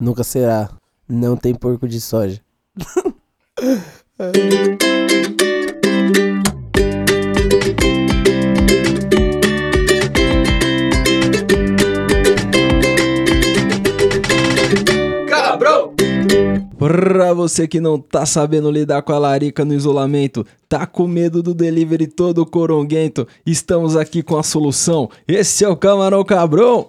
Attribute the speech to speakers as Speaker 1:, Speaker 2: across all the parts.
Speaker 1: Nunca será. Não tem porco de soja.
Speaker 2: Cabrão! Pra você que não tá sabendo lidar com a larica no isolamento, tá com medo do delivery todo coronguento, estamos aqui com a solução. Esse é o Camarão Cabrão!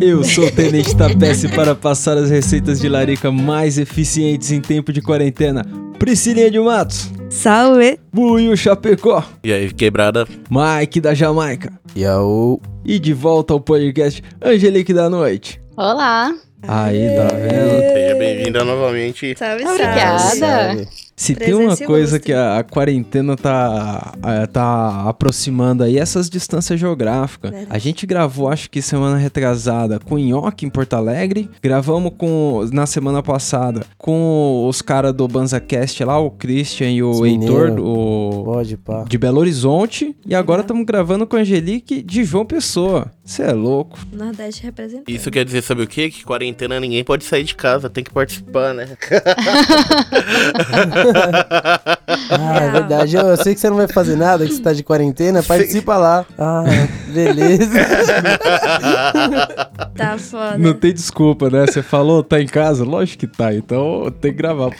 Speaker 2: Eu sou o Tenente Tapesse para passar as receitas de larica mais eficientes em tempo de quarentena. Priscilinha de Matos,
Speaker 3: Salve!
Speaker 2: Buiu Chapecó,
Speaker 4: E aí, quebrada,
Speaker 2: Mike da Jamaica
Speaker 1: E ao
Speaker 2: e de volta ao podcast Angelique da Noite.
Speaker 5: Olá,
Speaker 2: Aí, tá vendo?
Speaker 4: seja bem-vinda novamente.
Speaker 3: Salve,
Speaker 5: Obrigada.
Speaker 2: Se tem uma
Speaker 3: Presença
Speaker 2: coisa
Speaker 3: ilustre.
Speaker 2: que a, a quarentena tá, ah, tá aproximando aí, essas distâncias geográficas.
Speaker 3: Verdade.
Speaker 2: A gente gravou, acho que semana retrasada, com o Nhoque em Porto Alegre. Gravamos com, na semana passada com os caras do BanzaCast lá, o Christian e o
Speaker 1: Os
Speaker 2: Heitor,
Speaker 1: mineiro.
Speaker 2: o,
Speaker 1: Pode, pá.
Speaker 2: de Belo Horizonte. E agora estamos gravando com a Angelique de João Pessoa. Você é louco.
Speaker 3: Nordeste representando.
Speaker 4: Isso quer dizer, sabe o quê? Que quarentena ninguém pode sair de casa, tem que participar, né?
Speaker 1: Ah, é verdade. Eu, eu sei que você não vai fazer nada, que você tá de quarentena. Participa lá. Ah, beleza.
Speaker 3: Tá foda.
Speaker 2: Não tem desculpa, né? Você falou, tá em casa? Lógico que tá, então tem que gravar.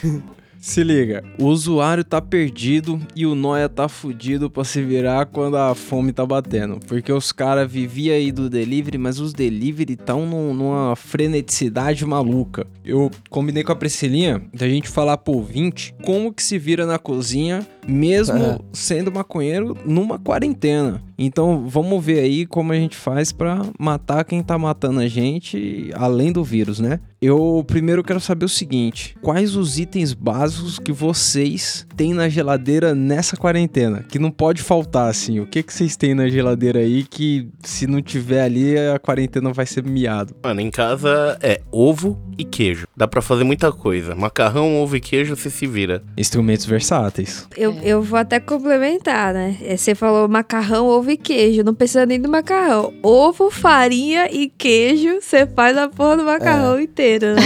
Speaker 2: Se liga, o usuário tá perdido e o Noia tá fudido pra se virar quando a fome tá batendo. Porque os caras viviam aí do delivery, mas os delivery tão num- numa freneticidade maluca. Eu combinei com a Priscilinha da gente falar pro ouvinte como que se vira na cozinha, mesmo
Speaker 1: Aham.
Speaker 2: sendo maconheiro, numa quarentena. Então vamos ver aí como a gente faz pra matar quem tá matando a gente, além do vírus, né? Eu primeiro quero saber o seguinte: quais os itens básicos que vocês têm na geladeira nessa quarentena? Que não pode faltar, assim. O que, que vocês têm na geladeira aí que se não tiver ali, a quarentena vai ser miado?
Speaker 4: Mano, em casa é ovo e queijo. Dá pra fazer muita coisa. Macarrão, ovo e queijo, você se vira.
Speaker 2: Instrumentos versáteis.
Speaker 3: Eu, eu vou até complementar, né? É, Você falou macarrão, ovo e queijo. Não precisa nem do macarrão. Ovo, farinha e queijo, você faz a porra do macarrão inteiro, né?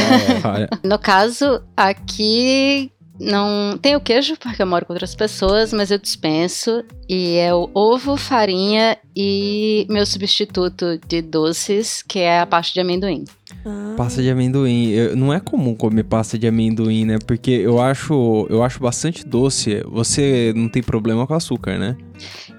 Speaker 2: Olha,
Speaker 5: No caso, aqui não tem o queijo, porque eu moro com outras pessoas, mas eu dispenso. E é o ovo, farinha e meu substituto de doces, que é a parte de amendoim.
Speaker 3: Ah,
Speaker 2: Pasta de amendoim. Eu- não é comum comer pasta de amendoim, né? Porque eu acho, eu acho bastante doce. Você não tem problema com açúcar, né?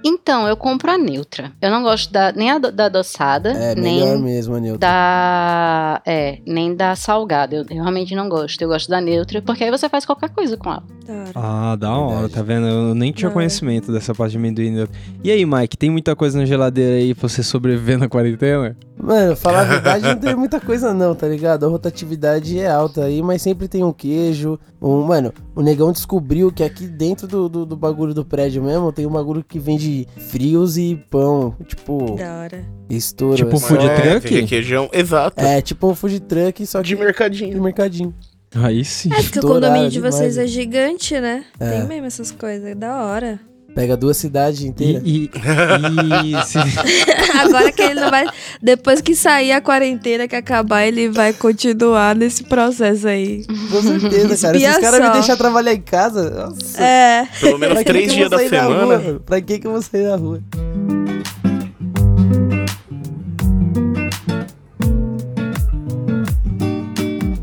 Speaker 5: Então, eu compro a neutra. Eu não gosto da, nem a do- da adoçada,
Speaker 1: É melhor
Speaker 5: nem
Speaker 1: mesmo, Anil.
Speaker 5: da. É, nem da salgada. Eu, eu realmente não gosto. Eu gosto da neutra, porque aí você faz qualquer coisa com ela.
Speaker 3: Da hora.
Speaker 2: Ah, da hora,
Speaker 1: Verdade.
Speaker 2: tá vendo? Eu nem tinha
Speaker 3: Da hora.
Speaker 2: conhecimento dessa pasta de amendoim. né? E aí, Mike, tem muita coisa na geladeira aí pra você sobreviver na quarentena?
Speaker 1: Mano, falar a verdade, não tem muita coisa não, tá ligado? A rotatividade é alta aí, mas sempre tem um queijo. Um, mano, o negão descobriu que aqui dentro do, do, do bagulho do prédio mesmo, tem um bagulho que vende frios e pão. Tipo,
Speaker 3: Da hora.
Speaker 1: estouro.
Speaker 2: Tipo
Speaker 1: é só-
Speaker 2: food
Speaker 4: Mas
Speaker 2: truck?
Speaker 4: fica Queijão, exato.
Speaker 1: É, tipo um food truck, só que
Speaker 4: De
Speaker 1: de
Speaker 4: mercadinho.
Speaker 1: mercadinho.
Speaker 2: Aí sim.
Speaker 3: É porque o
Speaker 1: Estourado
Speaker 3: condomínio de
Speaker 1: demais,
Speaker 3: vocês
Speaker 1: né?
Speaker 3: é gigante, né?
Speaker 1: É.
Speaker 3: Tem mesmo essas coisas. é Da hora.
Speaker 1: Pega duas cidades inteiras.
Speaker 2: E, e, e se-
Speaker 3: Agora que ele não vai. Depois que sair a quarentena, que acabar, ele vai continuar nesse processo aí.
Speaker 1: Com certeza, cara. Se os
Speaker 3: Espia
Speaker 1: caras me
Speaker 3: só.
Speaker 1: deixarem trabalhar em casa, nossa.
Speaker 3: É.
Speaker 4: Pelo menos
Speaker 1: Pra que que
Speaker 4: três
Speaker 1: eu vou
Speaker 4: dias da
Speaker 1: sair na
Speaker 4: semana.
Speaker 1: rua? pra que que eu vou sair na rua?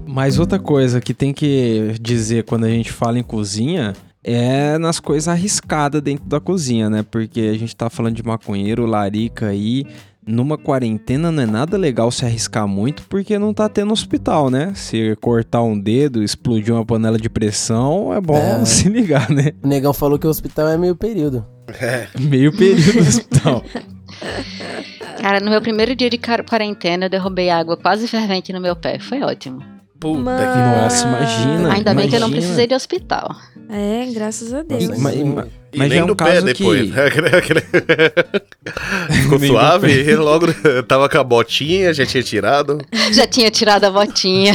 Speaker 2: Mas outra coisa que tem que dizer quando a gente fala em cozinha é nas coisas arriscadas dentro da cozinha, né? Porque a gente tá falando de maconheiro, larica aí. Numa quarentena não é nada legal se arriscar muito porque não tá tendo hospital, né? Se cortar um dedo, explodir uma panela de pressão, é bom
Speaker 1: É.
Speaker 2: se ligar, né?
Speaker 1: O negão falou que o hospital é meio período.
Speaker 2: Meio período no hospital.
Speaker 5: Cara, no meu primeiro dia de car- quarentena, eu derrubei água quase fervente no meu pé. Foi ótimo.
Speaker 4: Puta
Speaker 3: Mano.
Speaker 2: Nossa, é, imagina.
Speaker 5: Ainda bem que eu não
Speaker 2: imagina.
Speaker 5: precisei de hospital.
Speaker 3: É, graças a Deus.
Speaker 2: Nossa, ma- ma-
Speaker 4: E
Speaker 2: Mas
Speaker 4: nem
Speaker 2: é um
Speaker 4: do pé
Speaker 2: caso que-
Speaker 4: depois. Ficou
Speaker 2: Nem do
Speaker 4: suave, logo tava com a botinha, já tinha tirado.
Speaker 5: Já tinha tirado a botinha.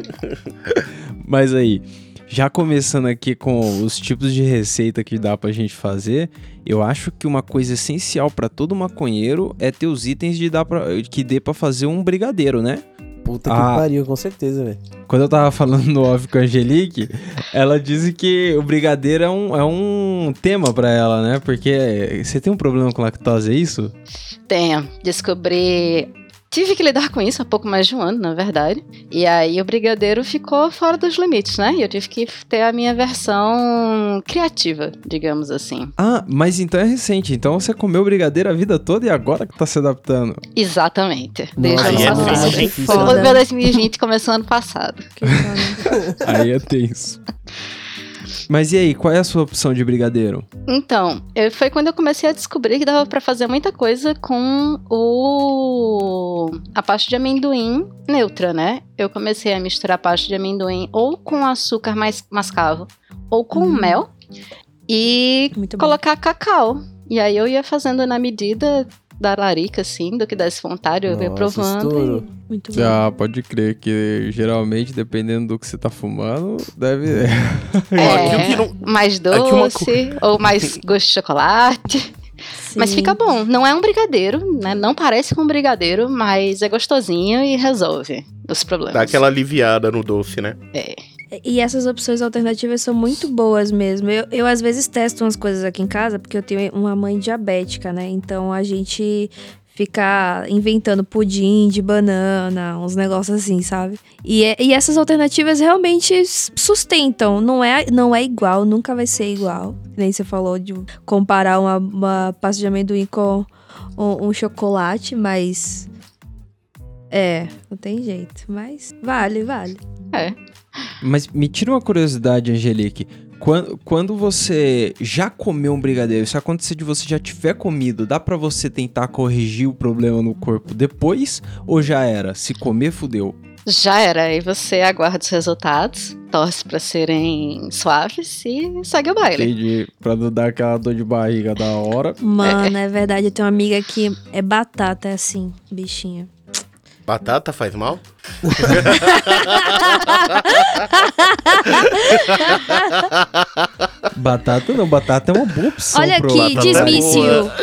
Speaker 2: Mas aí, já começando aqui com os tipos de receita que dá pra gente fazer, eu acho que uma coisa essencial pra todo maconheiro é ter os itens de dar pra, que dê pra fazer um brigadeiro, né?
Speaker 1: Puta que
Speaker 2: Ah.
Speaker 1: pariu, com certeza, velho.
Speaker 2: Quando eu tava falando no off com a Angelique, ela disse que o brigadeiro é um, é um tema pra ela, né? Porque você tem um problema com lactose, é isso?
Speaker 5: Tenho. Descobri. Tive que lidar com isso há pouco mais de um ano, na verdade. E aí o brigadeiro ficou fora dos limites, né? E eu tive que ter a minha versão criativa, digamos assim.
Speaker 2: Ah, mas então é recente. Então você comeu brigadeiro a vida toda e agora que tá se adaptando.
Speaker 5: Exatamente.
Speaker 1: Nossa,
Speaker 5: Desde o
Speaker 4: aí é
Speaker 5: ano
Speaker 4: triste,
Speaker 5: passado.
Speaker 4: hein?
Speaker 5: O
Speaker 3: Foda.
Speaker 5: meu 2020 começou ano passado.
Speaker 3: Que foda.
Speaker 2: Aí é tenso. Mas e aí, qual é a sua opção de brigadeiro?
Speaker 5: Então, eu- foi quando eu comecei a descobrir que dava pra fazer muita coisa com o a pasta de amendoim neutra, né? Eu comecei a misturar a pasta de amendoim ou com açúcar mais mascavo ou com
Speaker 3: Hum.
Speaker 5: mel e
Speaker 3: Muito bom.
Speaker 5: colocar cacau. E aí eu ia fazendo na medida da larica, assim, do que desse vontade, eu ia
Speaker 1: Nossa,
Speaker 5: provando.
Speaker 1: estouro.
Speaker 3: Muito bom.
Speaker 2: Ah, pode crer que geralmente, dependendo do que você tá fumando, deve. é.
Speaker 4: Ó, aqui
Speaker 5: É,
Speaker 4: o que não-
Speaker 5: mais
Speaker 4: aqui uma
Speaker 5: doce, ou mais gosto de chocolate. Mas
Speaker 3: Sim.
Speaker 5: fica bom. Não é um brigadeiro, né? Não parece com um brigadeiro, mas é gostosinho e resolve os problemas.
Speaker 4: Dá aquela aliviada no doce, né?
Speaker 5: É.
Speaker 3: E essas opções alternativas são muito boas mesmo. Eu, eu, às vezes testo umas coisas aqui em casa, porque eu tenho uma mãe diabética, né? Então a gente fica inventando pudim de banana, uns negócios assim, sabe? E, é- e essas alternativas realmente s- sustentam. Não é, não é igual, nunca vai ser igual. Que Nem você falou de comparar uma, uma pasta de amendoim com um, um chocolate, mas. É, não tem jeito. Mas vale, vale.
Speaker 2: Mas me tira uma curiosidade, Angelique. Quando, quando você já comeu um brigadeiro, se acontecer de você já tiver comido, dá pra você tentar corrigir o problema no corpo depois ou já era? Se comer, fudeu.
Speaker 5: Já era. Aí você aguarda os resultados, torce pra serem suaves e segue o
Speaker 3: É,
Speaker 5: baile.
Speaker 2: Entendi. Pra não dar aquela dor de barriga da hora.
Speaker 3: Mano, é verdade. Eu tenho uma amiga que é batata, é assim, bichinha.
Speaker 4: Batata faz mal?
Speaker 2: Batata não, batata é uma boa opção.
Speaker 3: Olha
Speaker 2: pro- né?
Speaker 3: aqui,
Speaker 4: Batata
Speaker 3: desmício.
Speaker 4: boa.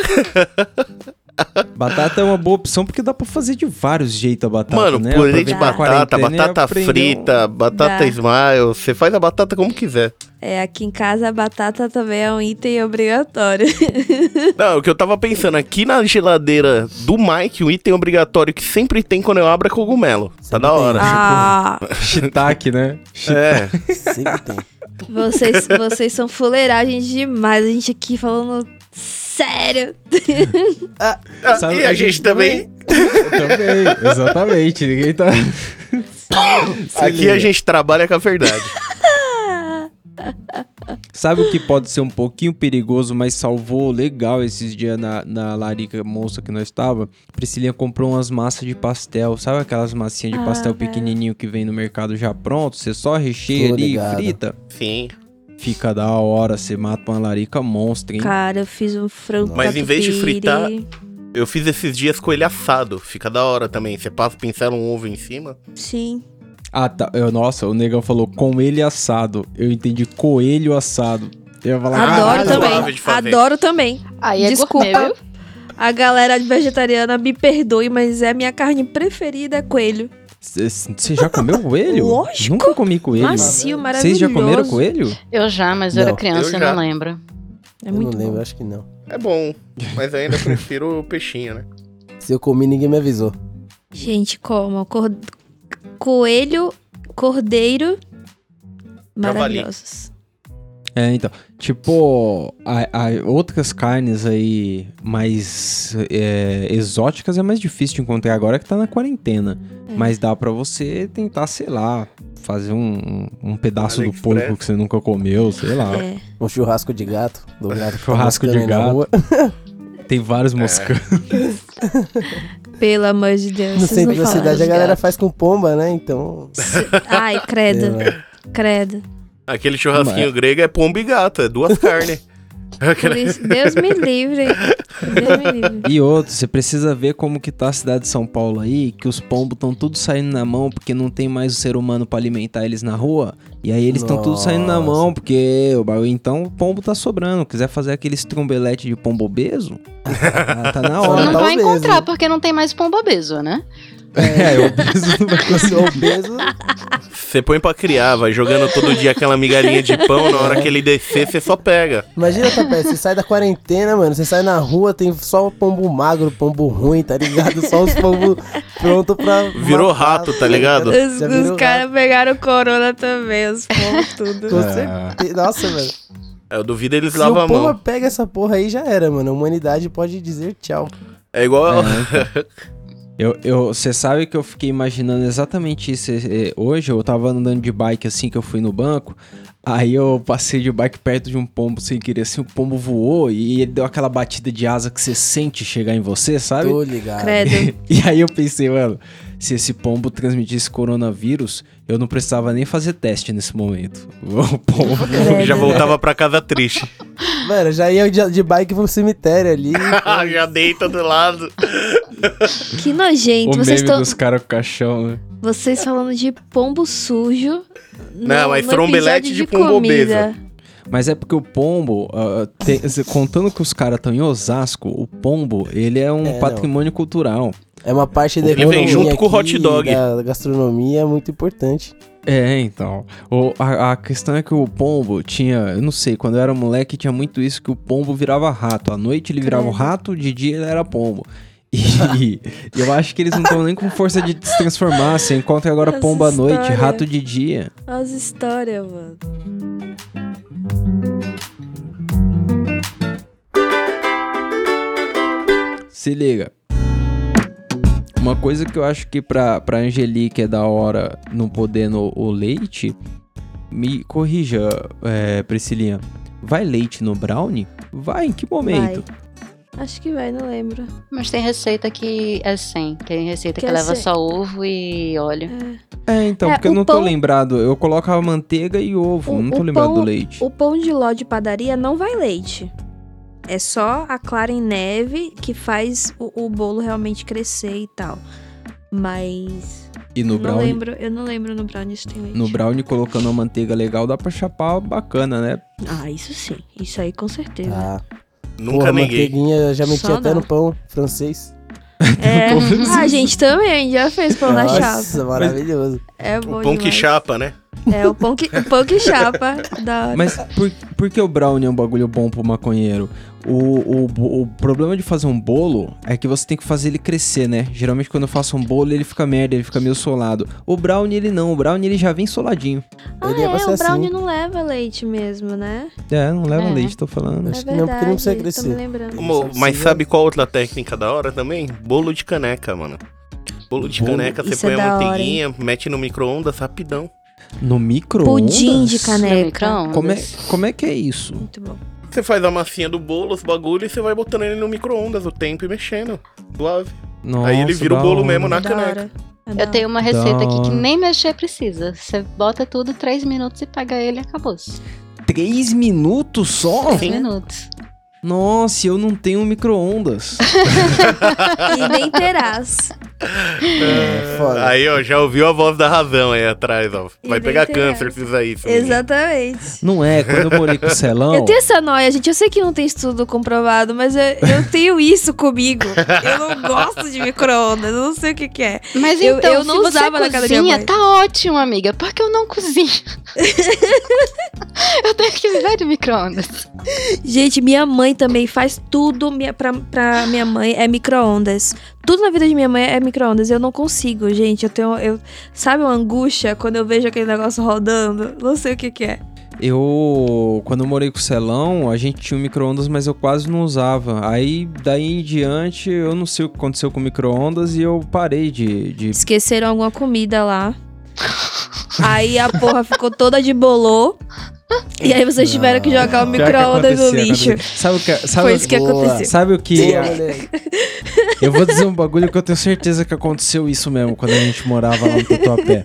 Speaker 2: Batata é uma boa opção porque dá pra fazer de vários jeitos a batata,
Speaker 4: Mano,
Speaker 2: né?
Speaker 4: purê de
Speaker 2: Aproveitar a
Speaker 4: batata,
Speaker 2: quarentena e
Speaker 4: batata
Speaker 2: aprender um-
Speaker 4: frita, batata
Speaker 3: Dá.
Speaker 4: smile. Você faz a batata como quiser.
Speaker 3: É, aqui em casa a batata também é um item obrigatório.
Speaker 4: Não, o que eu tava pensando, aqui na geladeira do Mike, o item obrigatório que sempre tem quando eu abro é cogumelo. Tá
Speaker 1: Sempre
Speaker 4: da
Speaker 1: tem.
Speaker 4: hora.
Speaker 3: Ah,
Speaker 2: Shiitake, né?
Speaker 4: É.
Speaker 1: Sempre tem.
Speaker 3: vocês, vocês são fuleiragem demais. A gente aqui falando sério.
Speaker 4: Ah,
Speaker 2: Sabe,
Speaker 4: e a gente também.
Speaker 2: Também, exatamente. Ninguém tá. Se
Speaker 4: Aqui a
Speaker 2: liga.
Speaker 4: gente trabalha com a verdade.
Speaker 2: Sabe o que pode ser um pouquinho perigoso, mas salvou legal esses dias na, na larica monstro que nós estava? Priscilinha comprou umas massas de pastel. Sabe aquelas massinhas de
Speaker 3: Ah,
Speaker 2: pastel
Speaker 3: velho.
Speaker 2: pequenininho que vem no mercado já pronto? Você só recheia
Speaker 1: Tô
Speaker 2: ali e
Speaker 1: ligado.
Speaker 2: frita?
Speaker 4: Sim.
Speaker 2: Fica da hora, você mata uma larica monstro, hein?
Speaker 3: Cara, eu fiz um frango
Speaker 4: Mas em vez de
Speaker 3: catupiry.
Speaker 4: fritar- Eu fiz esses dias com ele assado. Fica da hora também. Você passa, pincela um ovo em cima.
Speaker 3: Sim.
Speaker 2: Ah, tá. Eu, nossa, o negão falou com ele assado. Eu entendi coelho assado. Eu ia falar,
Speaker 3: Adoro
Speaker 2: "Caralho,
Speaker 4: suave Ah, é de
Speaker 3: também.
Speaker 4: fazer.
Speaker 3: Adoro também.
Speaker 5: Aí é
Speaker 3: Desculpa.
Speaker 5: gourmet, viu?
Speaker 3: A galera vegetariana me perdoe, mas é a minha carne preferida é coelho.
Speaker 2: Você já comeu coelho?
Speaker 3: Lógico.
Speaker 2: Nunca comi coelho.
Speaker 3: Macio,
Speaker 2: Vocês já comeram
Speaker 3: maravilhoso.
Speaker 2: coelho?
Speaker 5: Eu já, mas eu
Speaker 1: Não,
Speaker 5: era criança
Speaker 4: eu
Speaker 5: e não
Speaker 4: já.
Speaker 5: lembro.
Speaker 3: É
Speaker 1: eu não
Speaker 3: muito
Speaker 1: lembro,
Speaker 3: bom.
Speaker 1: acho que não.
Speaker 4: É bom, mas eu ainda prefiro o peixinho, né?
Speaker 1: Se eu comi, ninguém me avisou.
Speaker 3: Gente, como? Cor- Coelho, cordeiro,
Speaker 4: Javali.
Speaker 3: maravilhosos.
Speaker 2: É, então. Tipo, a, a- outras carnes aí mais é, exóticas é mais difícil de encontrar agora que tá na quarentena.
Speaker 3: É.
Speaker 2: Mas dá pra você tentar, sei lá, fazer um, um pedaço do
Speaker 4: AliExpress.
Speaker 2: porco que você nunca comeu, sei
Speaker 4: Ah.
Speaker 2: lá.
Speaker 3: É.
Speaker 1: Um churrasco de gato. Do gato que tá
Speaker 2: Churrasco de
Speaker 1: moscando aí na
Speaker 2: gato.
Speaker 1: rua.
Speaker 2: Tem vários moscanos.
Speaker 3: Pelo amor de Deus.
Speaker 1: No
Speaker 3: vocês
Speaker 1: centro
Speaker 3: não
Speaker 1: da
Speaker 3: falam
Speaker 1: cidade
Speaker 3: de
Speaker 1: a galera
Speaker 3: gato.
Speaker 1: faz com pomba, né? Então.
Speaker 3: Ai,
Speaker 1: sei
Speaker 3: credo,
Speaker 1: lá.
Speaker 3: credo.
Speaker 4: Aquele churrasquinho
Speaker 2: Mas-
Speaker 4: grego é pombo e gato, é duas carnes.
Speaker 3: Por isso, Deus me livre. Deus me livre.
Speaker 2: E outro, você precisa ver como que tá a cidade de São Paulo aí, que os pombos estão tudo saindo na mão porque não tem mais o ser humano pra alimentar eles na rua. E aí eles estão tudo saindo na
Speaker 1: Nossa.
Speaker 2: mão porque o bagulho, então o pombo tá sobrando. Quiser fazer aqueles trombelete de pombo obeso, tá, tá na
Speaker 1: Só
Speaker 2: hora.
Speaker 5: Não vai
Speaker 1: talvez,
Speaker 5: encontrar,
Speaker 1: né?
Speaker 5: porque não tem mais pombo obeso, né?
Speaker 2: É, obeso não vai conseguir.
Speaker 1: Sou obeso.
Speaker 4: Você põe pra criar, vai jogando todo dia aquela migalhinha de pão, na hora que ele descer, você só pega.
Speaker 1: Imagina, Tapé, você sai da quarentena, mano. Você sai na rua, tem só o pombo magro, pombo ruim, tá ligado? Só os pombos prontos pra.
Speaker 4: Virou rato, tá ligado?
Speaker 3: Os,
Speaker 1: Já
Speaker 3: os
Speaker 1: virou
Speaker 3: caras pegaram corona também, os povos,
Speaker 5: É.
Speaker 3: tudo.
Speaker 1: Com
Speaker 2: Ah.
Speaker 1: certeza. Nossa, velho.
Speaker 4: Eu duvido eles
Speaker 1: Se o
Speaker 4: lavam a
Speaker 1: Puma
Speaker 4: mão.
Speaker 1: pega essa porra aí, já era, mano. A humanidade pode dizer tchau.
Speaker 4: É igual.
Speaker 2: então. Eu, eu, você sabe que eu fiquei imaginando exatamente isso eh, hoje. Eu tava andando de bike assim que eu fui no banco. Aí eu passei de bike perto de um pombo sem querer, assim, o pombo voou e ele deu aquela batida de asa que você sente chegar em você, sabe?
Speaker 1: Tô ligado.
Speaker 3: Credo.
Speaker 2: E aí eu pensei, mano, se esse pombo transmitisse coronavírus, eu não precisava nem fazer teste nesse momento. O pombo.
Speaker 1: É.
Speaker 4: Já voltava pra casa triste.
Speaker 1: Mano, já ia de, de bike pro cemitério ali.
Speaker 4: Já deita do lado.
Speaker 3: Que nojento.
Speaker 2: O meme
Speaker 3: Vocês, tão,
Speaker 2: dos caras com o caixão, né?
Speaker 3: vocês falando de pombo sujo.
Speaker 4: Não,
Speaker 3: no-
Speaker 4: mas
Speaker 3: no
Speaker 4: trombelete
Speaker 3: episódio
Speaker 4: de pombo
Speaker 3: comida.
Speaker 2: Mas é porque o pombo, ah, tem- cê- contando que os caras estão em Osasco, o pombo, ele é um
Speaker 1: É, não.
Speaker 2: patrimônio cultural.
Speaker 1: É uma parte da
Speaker 4: Ele vem
Speaker 1: economia
Speaker 4: junto com o hot
Speaker 1: aqui,
Speaker 4: dog.
Speaker 1: Da gastronomia é muito importante.
Speaker 2: É, então. O- a, a questão é que o pombo tinha, eu não sei, quando eu era moleque tinha muito isso que o pombo virava rato. À noite ele virava o
Speaker 3: Credo.
Speaker 2: rato, de dia ele era pombo. E eu acho que eles não estão nem com força de se transformar. Você encontra agora
Speaker 3: Essa
Speaker 2: pombo à noite,
Speaker 3: história.
Speaker 2: rato de dia.
Speaker 3: As histórias, mano.
Speaker 2: Se liga. Uma coisa que eu acho que pra, pra Angelique é da hora não podendo o leite. Me corrija, é, Priscilinha. Vai leite no brownie? Vai, em que momento?
Speaker 3: Acho que vai, não lembro.
Speaker 5: Mas tem receita que é sem. Tem receita
Speaker 3: Que
Speaker 5: que,
Speaker 3: é
Speaker 5: leva
Speaker 3: sem.
Speaker 5: só ovo e óleo.
Speaker 2: É, então,
Speaker 3: É,
Speaker 2: porque eu
Speaker 3: o
Speaker 2: não tô
Speaker 3: pão-
Speaker 2: lembrado. Eu colocava manteiga e ovo,
Speaker 3: O-
Speaker 2: não tô
Speaker 3: o
Speaker 2: lembrado do
Speaker 3: pão-
Speaker 2: leite.
Speaker 3: O pão de ló de padaria não vai leite. É só a clara em neve que faz o, o bolo realmente crescer e tal. Mas.
Speaker 2: E no
Speaker 3: não
Speaker 2: brownie,
Speaker 3: lembro, eu não lembro no brownie se tem leite.
Speaker 2: no brownie colocando a manteiga legal dá pra chapar bacana, né?
Speaker 3: Ah, isso sim. Isso aí com certeza.
Speaker 1: Tá.
Speaker 4: Nunca
Speaker 1: Porra,
Speaker 4: neguei.
Speaker 1: manteiguinha já meti
Speaker 3: Só
Speaker 1: até
Speaker 3: não.
Speaker 1: no pão francês. então
Speaker 3: É. Ah, a gente também já fez pão na chapa.
Speaker 1: Nossa, maravilhoso.
Speaker 3: É
Speaker 4: O
Speaker 3: bom
Speaker 4: pão que
Speaker 3: demais.
Speaker 4: chapa, né?
Speaker 3: É, o pão que, o pão que chapa da hora.
Speaker 2: Mas por, por que o brownie é um bagulho bom pro maconheiro? O, o, bo- o problema de fazer um bolo é que você tem que fazer ele crescer, né? Geralmente quando eu faço um bolo ele fica merda, ele fica meio solado. O brownie ele não, o brownie ele já vem soladinho.
Speaker 3: ah,
Speaker 1: ele
Speaker 3: é,
Speaker 1: ia pra ser
Speaker 3: o brownie
Speaker 1: assim.
Speaker 3: não leva leite mesmo, né?
Speaker 2: É, não leva
Speaker 5: É.
Speaker 2: leite, tô falando.
Speaker 1: Acho
Speaker 3: é
Speaker 1: que não, porque
Speaker 3: verdade.
Speaker 1: não precisa
Speaker 3: Tô me
Speaker 1: crescer.
Speaker 3: lembrando.
Speaker 4: Como-
Speaker 1: Isso
Speaker 4: mas
Speaker 1: é-
Speaker 4: sabe qual outra técnica da hora também? Bolo de caneca, mano. Bolo de
Speaker 2: Bolo-
Speaker 4: caneca, você
Speaker 3: Isso é
Speaker 4: põe
Speaker 3: da
Speaker 4: a
Speaker 3: hora,
Speaker 4: manteiguinha, mete no micro-ondas rapidão.
Speaker 2: No micro
Speaker 3: Pudim de
Speaker 5: No
Speaker 3: caneca.
Speaker 5: micro-ondas.
Speaker 2: Como é, como é que é isso?
Speaker 3: Muito bom.
Speaker 4: Você faz a massinha do bolo, os bagulho, e você vai botando ele no micro-ondas o tempo e mexendo. Suave. Aí ele
Speaker 2: Nossa,
Speaker 4: vira o
Speaker 2: da
Speaker 4: bolo
Speaker 2: hora.
Speaker 4: mesmo né? na
Speaker 3: Da
Speaker 4: caneca.
Speaker 3: hora. É
Speaker 5: Eu
Speaker 3: da hora.
Speaker 5: tenho uma receita aqui que
Speaker 2: hora.
Speaker 5: nem mexer precisa. Você bota tudo, três minutos e pega ele e acabou.
Speaker 2: Três minutos só?
Speaker 5: Três minutos.
Speaker 2: Nossa, eu não tenho micro-ondas.
Speaker 3: E nem terás.
Speaker 1: É, foda.
Speaker 4: Aí, ó, já ouviu a voz da razão aí atrás, ó.
Speaker 3: E
Speaker 4: Vai
Speaker 3: nem
Speaker 4: pegar
Speaker 3: tem
Speaker 4: câncer
Speaker 3: essa.
Speaker 4: se usar isso. menino.
Speaker 3: Exatamente.
Speaker 2: não é, quando eu morei com o Celão...
Speaker 3: Eu tenho essa noia, gente. Eu sei que não tem estudo comprovado, mas eu, eu tenho isso comigo. Eu não gosto de micro-ondas, eu não sei o que, que é.
Speaker 5: Mas
Speaker 3: Eu-
Speaker 5: então,
Speaker 3: eu
Speaker 5: se
Speaker 3: não
Speaker 5: você
Speaker 3: usava na casa da
Speaker 5: cozinha,
Speaker 3: minha mãe.
Speaker 5: tá ótimo, amiga. Porque eu não cozinho. eu tenho que viver de micro-ondas.
Speaker 3: Gente, minha mãe também faz tudo minha, pra, pra minha mãe é micro-ondas. Tudo na vida de minha mãe é micro-ondas. Eu não consigo, gente. Eu tenho. Eu, sabe uma angústia quando eu vejo aquele negócio rodando? Não sei o que, que é.
Speaker 2: Eu, quando eu morei com o Celão, a gente tinha um micro-ondas, mas eu quase não usava. Aí, daí em diante, eu não sei o que aconteceu com o micro-ondas e eu parei de... de...
Speaker 3: Esqueceram alguma comida lá. Aí a porra ficou toda de bolô. E aí vocês tiveram que jogar o
Speaker 2: Pior que
Speaker 3: micro-ondas no
Speaker 2: acontecia,
Speaker 3: lixo.
Speaker 2: acontecia. Sabe o que... Sabe,
Speaker 3: Foi isso que
Speaker 1: Boa.
Speaker 3: aconteceu.
Speaker 2: sabe o que...
Speaker 1: Boa, moleque.
Speaker 2: Eu vou dizer um bagulho que eu tenho certeza que aconteceu isso mesmo quando a gente morava lá no Tatuapé.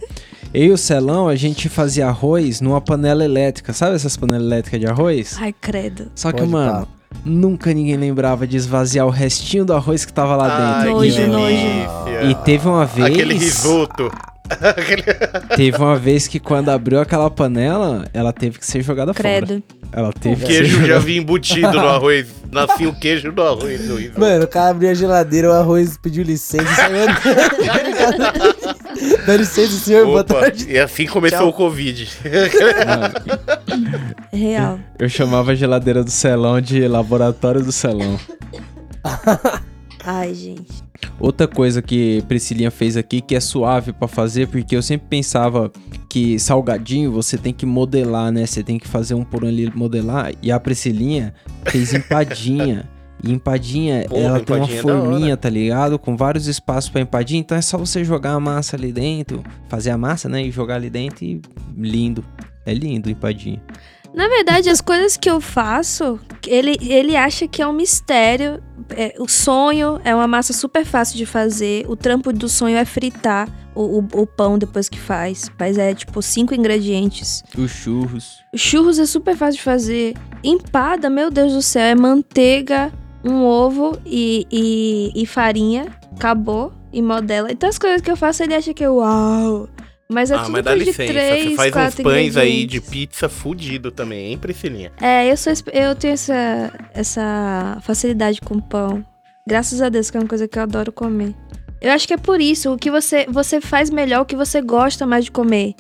Speaker 2: Eu e o Celão, a gente fazia arroz numa panela elétrica. Sabe essas panelas elétricas de arroz?
Speaker 3: Ai, credo.
Speaker 2: Só que,
Speaker 1: Pode
Speaker 2: mano, nunca ninguém lembrava de esvaziar o restinho do arroz que tava lá
Speaker 4: Ai,
Speaker 2: dentro.
Speaker 3: Nojo,
Speaker 4: que
Speaker 3: nojo.
Speaker 4: delícia.
Speaker 2: E teve uma vez.
Speaker 4: Aquele risoto.
Speaker 2: Teve uma vez que quando abriu aquela panela, ela teve que ser jogada Tá fora.
Speaker 3: Credo.
Speaker 2: Ela teve
Speaker 4: O
Speaker 2: que ser
Speaker 4: queijo já
Speaker 2: jogada...
Speaker 4: vinha embutido no arroz. Nascia o queijo no arroz. no Ivo.
Speaker 1: Mano, o cara abriu a geladeira, o arroz pediu licença e saiu andando. Dá licença, senhor, boa
Speaker 4: Opa,
Speaker 1: tarde.
Speaker 4: e assim começou
Speaker 1: Tchau.
Speaker 4: o Covid.
Speaker 3: É Real.
Speaker 2: Eu chamava a geladeira do celão de laboratório do celão.
Speaker 3: Ai, gente.
Speaker 2: Outra coisa que Priscilinha fez aqui que é suave pra fazer, porque eu sempre pensava que salgadinho você tem que modelar, né? Você tem que fazer um por um ali modelar. E a Priscilinha fez empadinha. E empadinha,
Speaker 4: Porra,
Speaker 2: ela tem uma
Speaker 4: empadinha é da hora.
Speaker 2: forminha, tá ligado? Com vários espaços pra empadinha. Então é só você jogar a massa ali dentro, fazer a massa, né? E jogar ali dentro e lindo. É lindo empadinha.
Speaker 3: Na verdade, as coisas que eu faço, ele, ele acha que é um mistério. É, o sonho é uma massa super fácil de fazer. O trampo do sonho é fritar o, o- o pão depois que faz. Mas é tipo cinco ingredientes.
Speaker 2: Os churros.
Speaker 3: Churros é super fácil de fazer. Empada, meu Deus do céu, é manteiga, um ovo e, e, e farinha. Acabou. E modela. Então as coisas que eu faço, ele acha que é uau. Mas é
Speaker 4: ah,
Speaker 3: tudo
Speaker 4: mas dá
Speaker 3: coisa de
Speaker 4: licença.
Speaker 3: três,
Speaker 4: Você faz uns
Speaker 3: quatro
Speaker 4: pães aí de
Speaker 3: ingredientes.
Speaker 4: pizza fudido também, hein, Priscilinha?
Speaker 3: É, eu, sou, esp- eu tenho essa, essa facilidade com pão. Graças a Deus, que é uma coisa que eu adoro comer. Eu acho que é por isso. O que você, você faz melhor, o que você gosta mais de comer.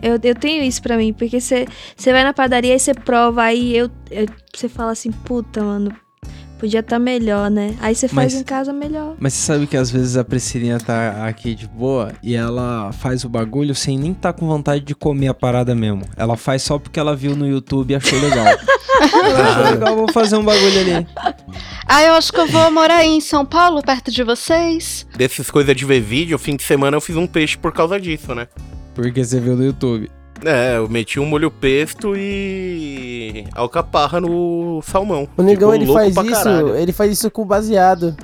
Speaker 3: Eu, eu tenho isso pra mim, porque você você vai na padaria e você prova, aí eu, eu- você fala assim, puta, mano, podia estar melhor, né? Aí você faz
Speaker 2: Mas-
Speaker 3: em casa melhor.
Speaker 2: Mas você sabe que às vezes a Priscilinha tá aqui de boa e ela faz o bagulho sem nem tá com vontade de comer a parada mesmo. Ela faz só porque ela viu no YouTube e achou legal. Ela achou
Speaker 4: Ah,
Speaker 2: legal, vou fazer um bagulho ali.
Speaker 5: Ah, eu acho que eu vou morar aí em São Paulo, perto de vocês.
Speaker 4: Dessas coisas de ver vídeo, fim de semana eu fiz um peixe por causa disso, né?
Speaker 2: Porque você viu no YouTube.
Speaker 4: É, eu meti um molho pesto e alcaparra no salmão.
Speaker 1: O negão,
Speaker 4: Ficou
Speaker 1: ele
Speaker 4: louco
Speaker 1: faz
Speaker 4: pra
Speaker 1: isso,
Speaker 4: caralho.
Speaker 1: ele faz isso com baseado.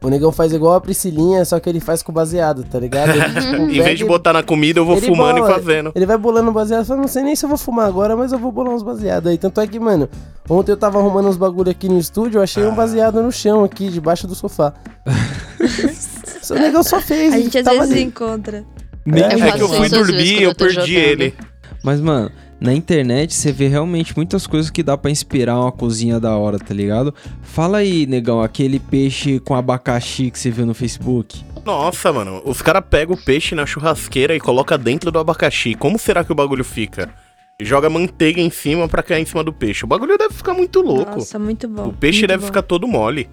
Speaker 1: O negão faz igual a Priscilinha, só que ele faz com baseado, tá ligado? Ele, tipo,
Speaker 4: Em vez de
Speaker 1: pega-
Speaker 4: botar na comida, eu vou
Speaker 1: ele
Speaker 4: fumando
Speaker 1: bola.
Speaker 4: e fazendo.
Speaker 1: Ele vai bolando um baseado, só não sei nem se eu vou fumar agora, mas eu vou bolar uns baseados aí. Tanto é que, mano, ontem eu tava arrumando uns bagulho aqui no estúdio, eu achei
Speaker 2: Ah.
Speaker 1: um baseado no chão aqui, debaixo do sofá. o negão só fez.
Speaker 3: A
Speaker 1: ele
Speaker 3: gente às
Speaker 1: tava
Speaker 3: vezes
Speaker 1: ali.
Speaker 3: encontra.
Speaker 2: Nem
Speaker 5: Eu
Speaker 4: É
Speaker 5: faço
Speaker 4: que eu
Speaker 5: isso
Speaker 4: fui
Speaker 5: às vezes
Speaker 4: dormir
Speaker 5: quando
Speaker 4: e eu
Speaker 5: eu tô
Speaker 4: perdi
Speaker 5: jogando.
Speaker 4: ele.
Speaker 2: Mas, mano, na internet você vê realmente muitas coisas que dá pra inspirar uma cozinha da hora, tá ligado? Fala aí, negão, aquele peixe com abacaxi que você viu no Facebook.
Speaker 4: Nossa, mano, os caras pegam o peixe na churrasqueira e coloca dentro do abacaxi. Como será que o bagulho fica? Joga manteiga em cima pra cair em cima do peixe. O bagulho deve ficar muito louco.
Speaker 3: Nossa, muito bom.
Speaker 4: o peixe
Speaker 3: muito
Speaker 4: deve
Speaker 3: bom.
Speaker 4: ficar todo mole.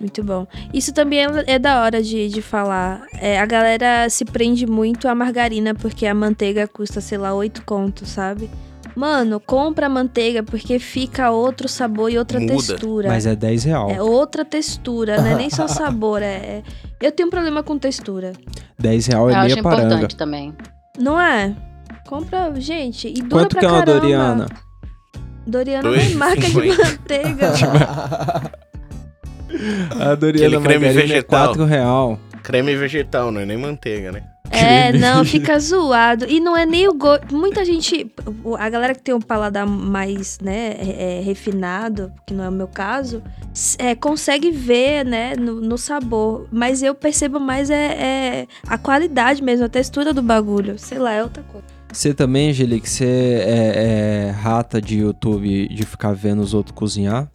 Speaker 3: Muito bom. Isso também é- é da hora de, de falar. É, a galera se prende muito à margarina, porque a manteiga custa, sei lá, 8 contos, sabe? Mano, compra a manteiga, porque fica outro sabor e outra
Speaker 4: Muda.
Speaker 3: textura.
Speaker 2: Mas é 10 real.
Speaker 3: É outra textura, não é nem só sabor. É... é- Eu tenho um problema com textura.
Speaker 2: 10 real
Speaker 5: Eu
Speaker 2: é
Speaker 5: acho
Speaker 2: meia paranga.
Speaker 5: importante também.
Speaker 3: Não é? Compra, gente, e dura
Speaker 2: Quanto
Speaker 3: pra
Speaker 2: que é uma
Speaker 3: caramba.
Speaker 2: Doriana?
Speaker 3: Doriana não é
Speaker 4: Dois e
Speaker 3: marca de
Speaker 4: cinquenta.
Speaker 3: manteiga.
Speaker 2: Tipo, A Doriana
Speaker 4: Aquele creme
Speaker 2: Margarina é
Speaker 4: vegetal.
Speaker 2: 4 real.
Speaker 4: Creme vegetal, não é nem manteiga, né?
Speaker 3: É,
Speaker 2: Creme.
Speaker 3: não, fica zoado. E não é nem o gosto. Muita gente. o- A galera que tem um paladar mais, né, é, é, refinado, que não é o meu caso, s- é, consegue ver, né, no, no sabor. Mas eu percebo mais é, é a qualidade mesmo, a textura do bagulho. Sei lá, é outra coisa.
Speaker 2: Você também, Angelique, você é, é rata de YouTube de ficar vendo os outros cozinhar?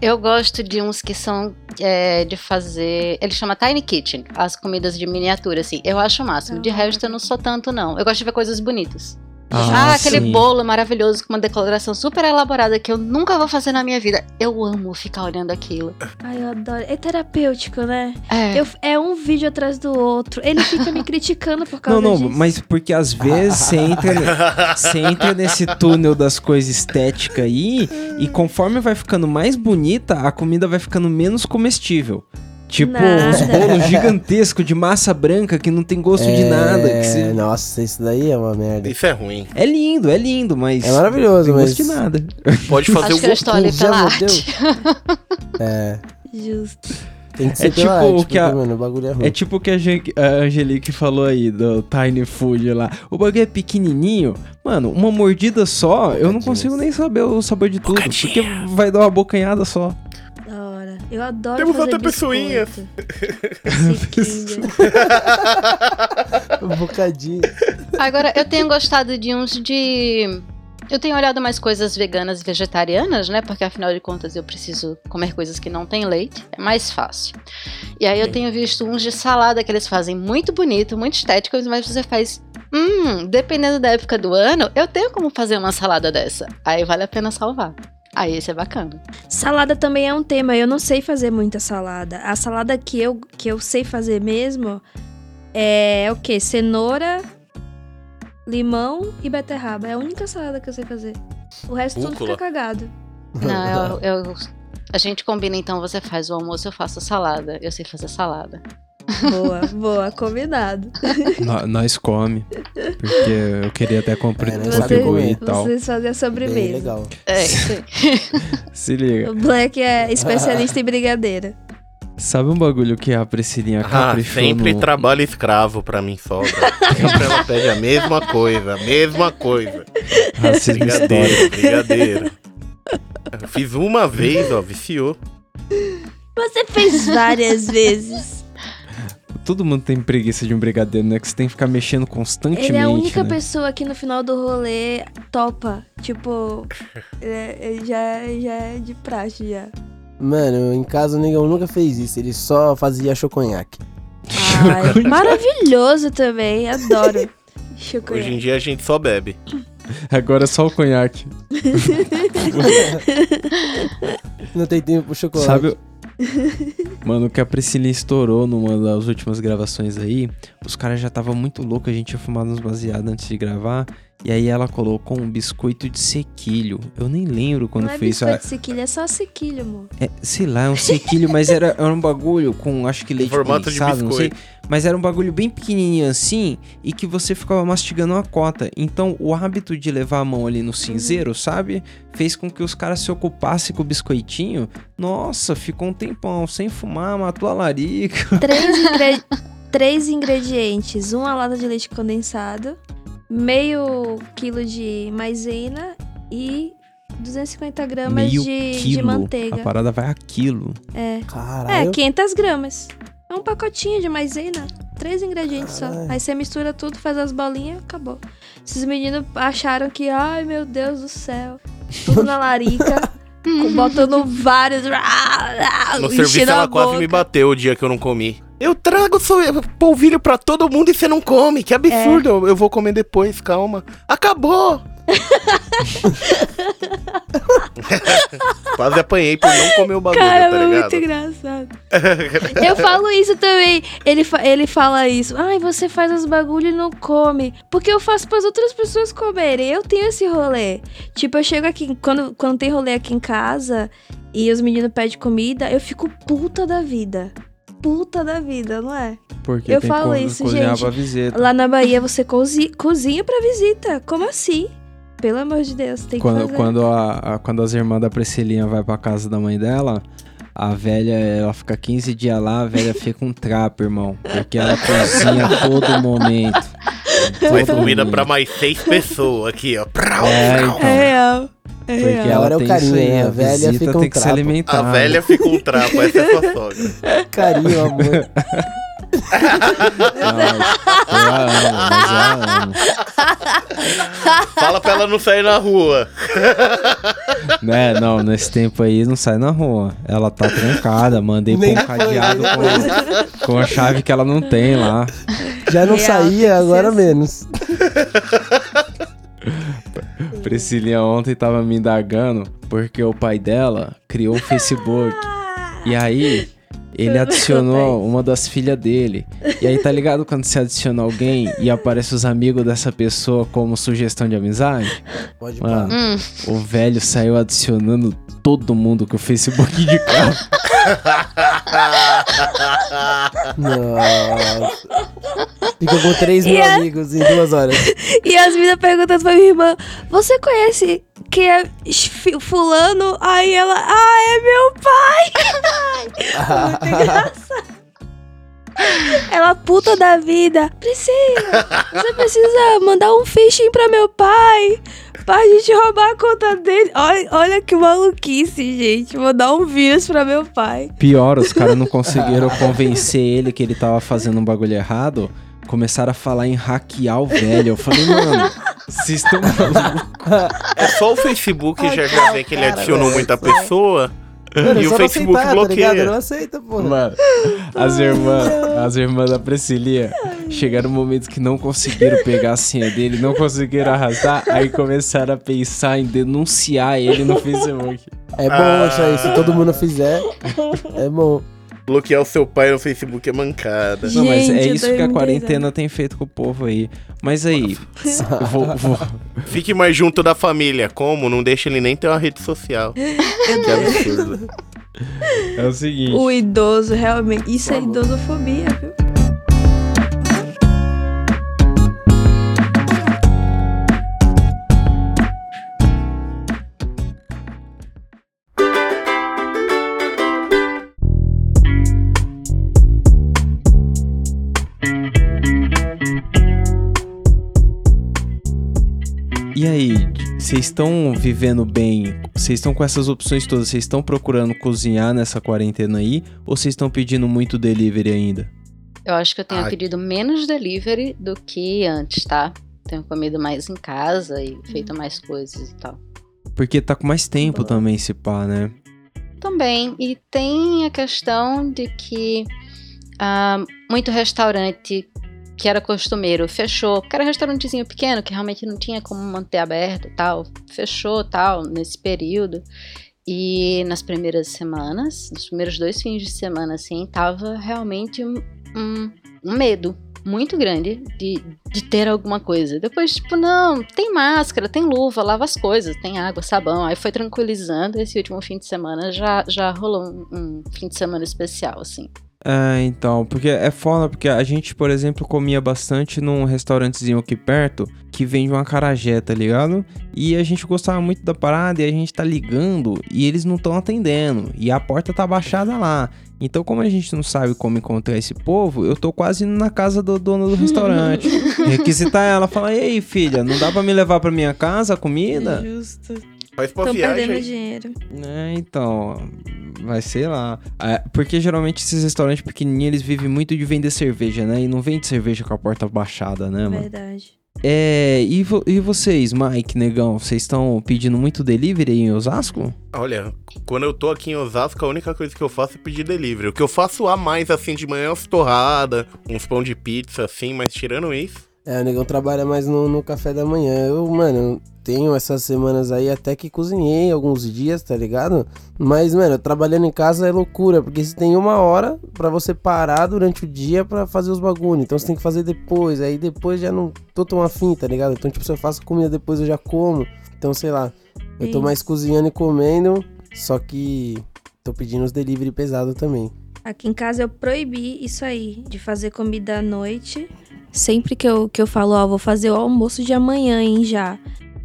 Speaker 5: Eu gosto de uns que são é, de fazer. Ele chama Tiny Kitchen, as comidas de miniatura, assim. Eu acho o máximo. De
Speaker 3: Ah.
Speaker 5: resto, eu não sou tanto, não. Eu gosto de ver coisas bonitas.
Speaker 2: Ah,
Speaker 5: Ah, aquele
Speaker 2: sim.
Speaker 5: bolo maravilhoso com uma decoração super elaborada que eu nunca vou fazer na minha vida. Eu amo ficar olhando aquilo.
Speaker 3: Ai, eu adoro. É terapêutico, né?
Speaker 5: É.
Speaker 3: Eu- é um vídeo atrás do outro. Ele fica me criticando
Speaker 2: Não,
Speaker 5: né,
Speaker 3: por causa
Speaker 2: não,
Speaker 3: disso.
Speaker 2: mas porque às vezes você entra, você entra nesse túnel das coisas estéticas aí e conforme vai ficando mais bonita, a comida vai ficando menos comestível. Tipo, uns
Speaker 3: Nada.
Speaker 2: bolos gigantescos de massa branca que não tem gosto de
Speaker 1: É,
Speaker 2: nada. que você-
Speaker 1: Nossa, isso daí é uma merda.
Speaker 4: Isso é ruim.
Speaker 2: É lindo, é lindo, mas
Speaker 1: É
Speaker 2: não
Speaker 1: maravilhoso,
Speaker 2: tem
Speaker 1: mas...
Speaker 2: gosto de nada.
Speaker 4: Pode fazer
Speaker 5: Acho que eu
Speaker 4: o
Speaker 5: estou ali
Speaker 1: Goku,
Speaker 5: pela
Speaker 1: já
Speaker 5: arte.
Speaker 1: mordeu. É,
Speaker 3: Justo.
Speaker 1: tem que ser
Speaker 2: É
Speaker 1: pela
Speaker 2: tipo
Speaker 1: arte,
Speaker 2: que a-
Speaker 1: porque, mano, o bagulho é ruim.
Speaker 2: É tipo o que a, Gen- a Angelique falou aí do Tiny Food lá. O bagulho é pequenininho. Mano, uma mordida só, eu não
Speaker 1: Bocadinhos.
Speaker 2: consigo nem saber o sabor de tudo.
Speaker 4: Bocadinha.
Speaker 2: Porque vai dar uma bocanhada só.
Speaker 3: Da hora. Eu adoro
Speaker 4: Temos
Speaker 3: fazer
Speaker 4: até
Speaker 3: biscoito.
Speaker 4: pessoinhas.
Speaker 3: Sequinha.
Speaker 1: Um bocadinho.
Speaker 5: Agora, eu tenho gostado de uns de. Eu tenho olhado mais coisas veganas e vegetarianas, né? Porque afinal de contas eu preciso comer coisas que não tem leite, é mais fácil. E aí eu tenho visto uns de salada que eles fazem muito bonito, muito estéticos, mas você faz. Hum, dependendo da época do ano, eu tenho como fazer uma salada dessa. Aí vale a pena salvar. Aí esse é bacana.
Speaker 3: Salada também é um tema. Eu não sei fazer muita salada. A salada que eu, que eu sei fazer mesmo é o quê? Cenoura, limão e beterraba. É a única salada que eu sei fazer. O resto tudo
Speaker 4: Rúcula.
Speaker 3: fica cagado.
Speaker 5: Não, eu, eu- A gente combina então, você faz o almoço, eu faço a salada. Eu sei fazer salada.
Speaker 3: Boa, boa, combinado.
Speaker 2: No- nós come. Porque eu queria até compre-
Speaker 1: É, né?
Speaker 3: Você-
Speaker 2: contribuir e tal.
Speaker 3: Vocês fazem a
Speaker 1: Bem
Speaker 3: sobremesa.
Speaker 1: legal.
Speaker 5: É, sim.
Speaker 2: Se liga.
Speaker 3: O Black é especialista em brigadeira.
Speaker 2: Sabe um bagulho que a Priscilinha
Speaker 4: Ah,
Speaker 2: caprichou
Speaker 4: sempre
Speaker 2: É no...
Speaker 4: trabalho escravo pra mim sobra. sempre ela pede a mesma coisa, a mesma coisa.
Speaker 2: racismo histórico?
Speaker 4: Brigadeiro, brigadeiro. Eu Fiz uma vez, ó, viciou.
Speaker 3: Você fez várias vezes.
Speaker 2: Todo mundo tem preguiça de um brigadeiro, né? Que você tem que ficar mexendo constantemente,
Speaker 3: Ele é a única
Speaker 2: né?
Speaker 3: pessoa que no final do rolê topa. Tipo, é- é- já, já é de praxe já.
Speaker 1: Mano, em casa o negão nunca fez isso, ele só fazia choconhaque.
Speaker 3: Ai, maravilhoso também, adoro.
Speaker 4: Hoje em
Speaker 3: Chocolate.
Speaker 4: dia a gente só bebe.
Speaker 2: Agora é só o conhaque.
Speaker 1: Não tem tempo pro
Speaker 3: é?
Speaker 1: chocolate.
Speaker 2: Sabe? o- Mano, o que a Priscilinha estourou numa das últimas gravações aí, os caras já estavam muito loucos, a gente tinha fumado uns baseados antes de gravar, e aí ela colocou um biscoito de sequilho. Eu nem lembro quando
Speaker 3: Não é
Speaker 2: fez isso.
Speaker 3: biscoito de sequilho, é só sequilho, amor.
Speaker 2: É, sei lá, é um sequilho, mas era, era um bagulho com, acho que leite
Speaker 4: formato de
Speaker 2: condensado, não sei.
Speaker 4: biscoito.
Speaker 2: Mas era um bagulho bem pequenininho assim, e que você ficava mastigando uma cota. Então, o hábito de levar a mão ali no cinzeiro, sabe? Fez com que os caras se ocupassem com o biscoitinho. Nossa, ficou um tempão sem fumar, matou a larica.
Speaker 3: Três, ingre- três ingredientes: uma lata de leite condensado, meio quilo de maisena e 250 gramas
Speaker 2: Meio
Speaker 3: de, de
Speaker 2: quilo.
Speaker 3: manteiga.
Speaker 2: A parada vai a quilo.
Speaker 1: Caralho.
Speaker 3: É, 500 gramas. É um pacotinho de maisena. Três ingredientes
Speaker 1: Caralho.
Speaker 3: só. Aí você mistura tudo, faz as bolinhas, acabou. Esses meninos acharam que, ai meu Deus do céu, tudo na larica, com- botando vários.
Speaker 4: No
Speaker 3: No
Speaker 4: serviço ela quase me bateu o dia que eu não comi. Eu trago seu polvilho pra todo mundo e você não come. Que absurdo. Eu- Eu vou comer depois, calma. Acabou. quase apanhei por não comer o bagulho,
Speaker 3: Cara,
Speaker 4: tá
Speaker 3: é muito
Speaker 4: ligado?
Speaker 3: engraçado. Eu falo isso também. Ele, fa- ele fala isso. Ai, você faz os bagulho e não come. Porque eu faço pras outras pessoas comerem. Eu tenho esse rolê. Tipo, eu chego aqui, quando, quando tem rolê aqui em casa e os meninos pedem comida, eu fico puta da vida. Puta da vida, não é?
Speaker 2: Porque
Speaker 3: Eu
Speaker 2: tem
Speaker 3: falo
Speaker 2: que
Speaker 3: isso,
Speaker 2: cozinhar
Speaker 3: gente.
Speaker 2: pra visita.
Speaker 3: Lá na Bahia você cozi- cozinha pra visita. Como assim? Pelo amor de Deus, tem que
Speaker 2: Quando,
Speaker 3: fazer.
Speaker 2: quando, a, a- quando as irmãs da Priscilinha vai pra casa da mãe dela, a velha, ela fica 15 dias lá, a velha fica um trapo, irmão. Porque ela cozinha a todo momento.
Speaker 1: Uhum.
Speaker 4: Mas
Speaker 2: Todo
Speaker 4: comida
Speaker 2: momento.
Speaker 4: pra mais seis pessoas aqui, ó. Prau,
Speaker 2: É,
Speaker 4: prau.
Speaker 2: então.
Speaker 3: É real. É
Speaker 2: Porque
Speaker 3: real.
Speaker 1: Agora
Speaker 2: ela
Speaker 1: é o
Speaker 2: tem
Speaker 1: carinho,
Speaker 2: isso aí,
Speaker 1: né?
Speaker 2: a
Speaker 1: A velha
Speaker 2: visita
Speaker 1: fica um
Speaker 2: tem que se
Speaker 1: trapo.
Speaker 2: alimentar.
Speaker 4: A velha ficou um trapo, essa é sua sogra.
Speaker 1: Carinho, amor.
Speaker 2: Não, mas eu a amo, mas eu a amo.
Speaker 4: Fala pra ela não sair na rua.
Speaker 2: Né, não, nesse tempo aí não sai na rua. Ela tá trancada, mandei pôr
Speaker 1: Nem
Speaker 2: um
Speaker 1: foi,
Speaker 2: cadeado
Speaker 1: nem
Speaker 2: com, com a chave que ela não tem lá.
Speaker 1: Já não
Speaker 3: Real, tem que ser
Speaker 1: saía, agora
Speaker 3: assim.
Speaker 1: menos.
Speaker 2: Priscilinha ontem tava me indagando porque o pai dela criou o Facebook.
Speaker 3: Ah!
Speaker 2: e aí, ele adicionou uma das filhas dele. E aí, tá ligado quando você adiciona alguém e aparece os amigos dessa pessoa como sugestão de amizade?
Speaker 1: Pode
Speaker 4: Ah.
Speaker 2: Mano,
Speaker 1: parar.
Speaker 5: Hum.
Speaker 2: o velho saiu adicionando todo mundo que o Facebook indicava.
Speaker 1: Nossa. Ficou com 3 mil
Speaker 3: Yeah.
Speaker 1: amigos em duas horas.
Speaker 3: E as meninas perguntando pra minha irmã: Você conhece quem é fi- Fulano? Aí ela: Ah, é meu pai!
Speaker 1: Ah.
Speaker 3: Muito engraçado. Ela puta da vida. Priscila, você precisa mandar um phishing pra meu pai. pra gente roubar a conta dele. Olha, olha que maluquice, gente. Vou dar um vírus pra meu pai.
Speaker 2: Pior, os caras não conseguiram convencer ele que ele tava fazendo um bagulho errado. Começaram a falar em hackear o velho. Eu falei, mano, vocês estão malucos.
Speaker 4: É só o Facebook
Speaker 1: Ai,
Speaker 4: já já
Speaker 1: cara,
Speaker 4: vê que ele
Speaker 1: cara,
Speaker 4: adicionou
Speaker 1: velho.
Speaker 4: muita pessoa.
Speaker 1: Mano,
Speaker 4: e
Speaker 1: só
Speaker 4: o
Speaker 1: não
Speaker 4: Facebook
Speaker 1: aceitar, Tá ligado?
Speaker 4: bloqueia.
Speaker 1: Não aceita, porra.
Speaker 2: Mano, as irmãs, as irmãs da Priscilia chegaram no momento que não conseguiram pegar a senha dele, não conseguiram arrastar, aí começaram a pensar em denunciar ele no Facebook.
Speaker 1: É bom
Speaker 4: Ah.
Speaker 1: achar isso. Se todo mundo fizer, é bom.
Speaker 4: Bloquear o seu pai no Facebook é mancada.
Speaker 2: Não, mas é
Speaker 3: Gente, eu tô
Speaker 2: isso que a
Speaker 3: muito
Speaker 2: quarentena tem feito com o povo aí. Mas aí, eu vou, vou-
Speaker 4: Fique mais junto da família. Como? Não deixa ele nem ter uma rede social. Que absurdo.
Speaker 2: é o seguinte.
Speaker 3: O idoso, realmente. Isso é idosofobia, viu?
Speaker 2: E aí, vocês estão vivendo bem? Vocês estão com essas opções todas? Vocês estão procurando cozinhar nessa quarentena aí? Ou vocês estão pedindo muito delivery ainda?
Speaker 5: Eu acho que eu tenho
Speaker 4: Ai.
Speaker 5: pedido menos delivery do que antes, tá? Tenho comido mais em casa e feito mais coisas e tal.
Speaker 2: Porque tá com mais tempo também se pá, né?
Speaker 5: Também. E tem a questão de que ah, muito restaurante que era costumeiro fechou, porque era restaurantezinho pequeno que realmente não tinha como manter aberto e tal, fechou tal nesse período. E nas primeiras semanas, nos primeiros dois fins de semana, assim, tava realmente um, um- um medo muito grande de, de ter alguma coisa. Depois, tipo, não, tem máscara, tem luva, lava as coisas, tem água, sabão. Aí foi tranquilizando. Esse último fim de semana já, já rolou um, um fim de semana especial, assim.
Speaker 2: É, então, porque é foda, porque a gente, por exemplo, comia bastante num restaurantezinho aqui perto que vende uma carajé, tá ligado? E a gente gostava muito da parada e a gente tá ligando e eles não estão atendendo. E a porta tá baixada lá. Então, como a gente não sabe como encontrar esse povo, eu tô quase indo na casa do dono do restaurante. Requisitar ela, falar: E aí, filha, não dá pra me levar pra minha casa a comida?
Speaker 3: Justo.
Speaker 4: Faz pra
Speaker 3: Estão
Speaker 4: viagem.
Speaker 3: perdendo dinheiro.
Speaker 2: É, então. Vai ser lá. É, porque geralmente esses restaurantes pequenininhos eles vivem muito de vender cerveja, né? E não vende cerveja com a porta baixada, né, mano?
Speaker 3: Verdade.
Speaker 2: É. E, vo- e vocês, Mike, negão, vocês estão pedindo muito delivery aí em Osasco?
Speaker 4: Olha, quando eu tô aqui em Osasco, a única coisa que eu faço é pedir delivery. O que eu faço a mais, assim, de manhã é umas torradas, uns pão de pizza, assim, mas tirando isso...
Speaker 1: É, o negão trabalha mais no, no café da manhã. Eu, mano, tenho essas semanas aí até que cozinhei alguns dias, tá ligado? Mas, mano, trabalhando em casa é loucura, porque você tem uma hora pra você parar durante o dia pra fazer os bagulho. Então você tem que fazer depois. Aí depois já não tô tão afim, tá ligado? Então, tipo, se eu faço comida depois eu já como. Então, sei lá, eu tô
Speaker 3: Sim.
Speaker 1: mais cozinhando e comendo, só que tô pedindo os delivery pesado também.
Speaker 3: Aqui em casa eu proibi isso aí, de fazer comida à noite. Sempre que eu, que eu falo, ó, vou fazer o almoço de amanhã, hein, já.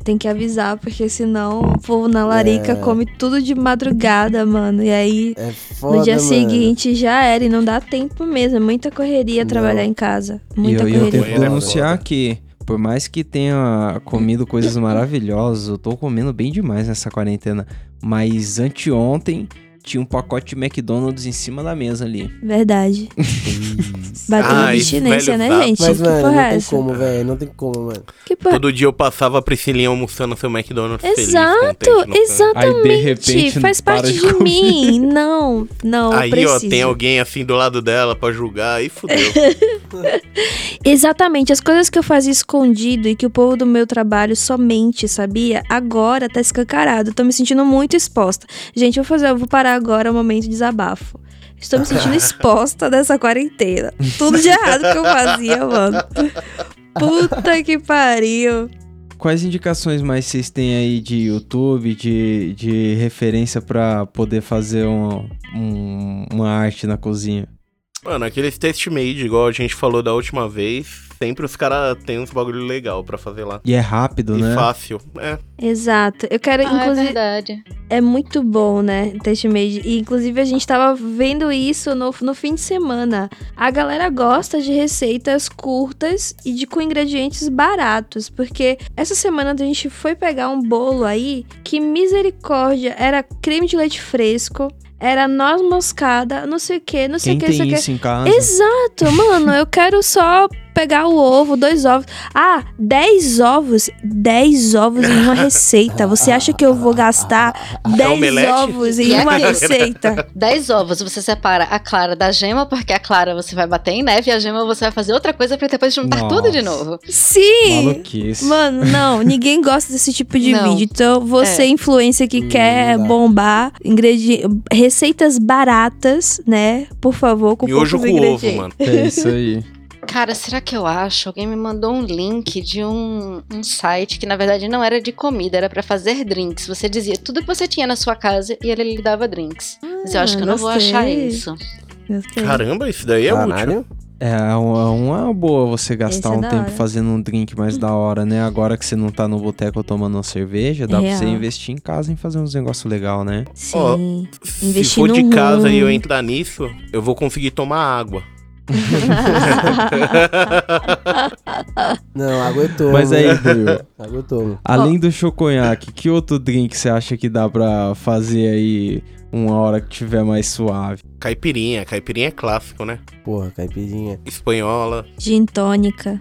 Speaker 3: Tem que avisar, porque senão o povo na larica
Speaker 1: É.
Speaker 3: come tudo de madrugada, mano. E aí,
Speaker 1: É foda,
Speaker 3: no dia
Speaker 1: mano.
Speaker 3: seguinte já era e não dá tempo mesmo. É muita correria
Speaker 1: Não.
Speaker 3: trabalhar em casa.
Speaker 2: E
Speaker 3: Muita
Speaker 2: eu, e eu
Speaker 3: correria.
Speaker 2: tenho que
Speaker 4: Banheiro é
Speaker 2: denunciar
Speaker 4: foda.
Speaker 2: que, por mais que tenha comido coisas maravilhosas, eu tô comendo bem demais nessa quarentena. Mas anteontem tinha um pacote de McDonald's em cima da mesa ali.
Speaker 3: Verdade. Bateu
Speaker 4: Ah,
Speaker 3: na
Speaker 4: isso,
Speaker 3: abstinência,
Speaker 4: velho,
Speaker 3: né,
Speaker 4: exato.
Speaker 3: gente?
Speaker 1: Mas,
Speaker 3: que
Speaker 1: mano,
Speaker 3: porra
Speaker 1: não
Speaker 3: é
Speaker 1: tem
Speaker 3: essa?
Speaker 1: como, velho. Não tem como, mano.
Speaker 3: Que porra...
Speaker 4: Todo dia eu passava a Priscilinha almoçando seu McDonald's feliz, contente
Speaker 3: Exato,
Speaker 4: no canto.
Speaker 2: Aí,
Speaker 3: exatamente.
Speaker 2: de repente,
Speaker 3: faz
Speaker 2: para
Speaker 3: parte
Speaker 2: de
Speaker 3: de,
Speaker 2: comer.
Speaker 3: mim. Não, não,
Speaker 4: Aí, ó,
Speaker 3: preciso.
Speaker 4: tem alguém, assim, do lado dela pra julgar, aí fudeu.
Speaker 3: Exatamente, as coisas que eu fazia escondido e que o povo do meu trabalho somente sabia, agora tá escancarado. Tô me sentindo muito exposta. Gente, eu vou fazer, eu vou parar agora o momento de desabafo. Estou me sentindo exposta dessa quarentena. Tudo de errado que eu fazia, mano. Puta que pariu.
Speaker 2: Quais indicações mais vocês têm aí de YouTube, de, de referência pra poder fazer um, um- uma arte na cozinha?
Speaker 4: Mano, aqueles test made, igual a gente falou da última vez, Sempre os caras têm uns bagulho legal pra fazer lá.
Speaker 2: E é rápido,
Speaker 4: e
Speaker 2: né?
Speaker 4: fácil. É.
Speaker 3: Exato. Eu quero,
Speaker 5: Ah, é
Speaker 3: inclusive,
Speaker 5: verdade.
Speaker 3: É muito bom, né, Taste Made. E, inclusive, a gente tava vendo isso no, no fim de semana. A galera gosta de receitas curtas e de com ingredientes baratos. Porque essa semana a gente foi pegar um bolo aí que, misericórdia, era creme de leite fresco, era noz moscada, não sei o que, não
Speaker 2: Quem
Speaker 3: sei o que, não sei
Speaker 2: tem
Speaker 3: o que.
Speaker 2: isso em casa?
Speaker 3: Exato, mano, eu quero só pegar o ovo, dois ovos. Ah, 10 ovos, 10 ovos em uma receita. Tá, Você acha que eu vou gastar
Speaker 2: Ah, é
Speaker 4: omelete?
Speaker 3: 10 ovos em
Speaker 5: E
Speaker 3: uma
Speaker 5: aquele?
Speaker 3: receita?
Speaker 5: 10 ovos, você separa a clara da gema, porque a clara você vai bater em neve e a gema você vai fazer outra coisa pra depois juntar
Speaker 2: Nossa.
Speaker 5: tudo de novo.
Speaker 3: Sim!
Speaker 2: Maluquice.
Speaker 3: Mano, não, ninguém gosta desse tipo de
Speaker 5: Não.
Speaker 3: vídeo. Então, você,
Speaker 5: É.
Speaker 3: influência que
Speaker 2: Hum, Não
Speaker 3: quer
Speaker 2: dá.
Speaker 3: bombar ingredi- receitas baratas, né? Por favor, com
Speaker 4: Miojo
Speaker 3: poucos
Speaker 4: com ovo,
Speaker 3: ingredientes.
Speaker 4: mano.
Speaker 2: É isso aí.
Speaker 5: Cara, será que eu acho? Alguém me mandou um link de um, um site que na verdade não era de comida, era pra fazer drinks. Você dizia tudo que você tinha na sua casa e ele lhe dava drinks. Mas eu acho que eu não vou
Speaker 3: gostei.
Speaker 5: achar isso.
Speaker 3: Gostei.
Speaker 4: Caramba, isso daí é útil.
Speaker 1: Caralho.
Speaker 2: É um- é uma boa você gastar
Speaker 3: Esse é
Speaker 2: um
Speaker 3: da
Speaker 2: tempo
Speaker 3: hora.
Speaker 2: fazendo um drink mais da hora, né? Agora que você não tá no boteco tomando uma cerveja, dá pra
Speaker 3: Real.
Speaker 2: você investir em casa em fazer uns negócios legais, né?
Speaker 3: Sim.
Speaker 4: Ó, Se
Speaker 3: Investir
Speaker 4: for de
Speaker 3: no
Speaker 4: casa e eu
Speaker 3: rum.
Speaker 4: entrar nisso, eu vou conseguir tomar água.
Speaker 1: Não, aguentou. né?
Speaker 2: Mas aí, Buiu,
Speaker 1: Aguentou.
Speaker 2: além do choconhaque, que outro drink você acha que dá pra fazer aí uma hora que tiver mais suave?
Speaker 4: Caipirinha, caipirinha é clássico, né?
Speaker 1: Porra, caipirinha.
Speaker 4: Espanhola.
Speaker 3: Gin tônica.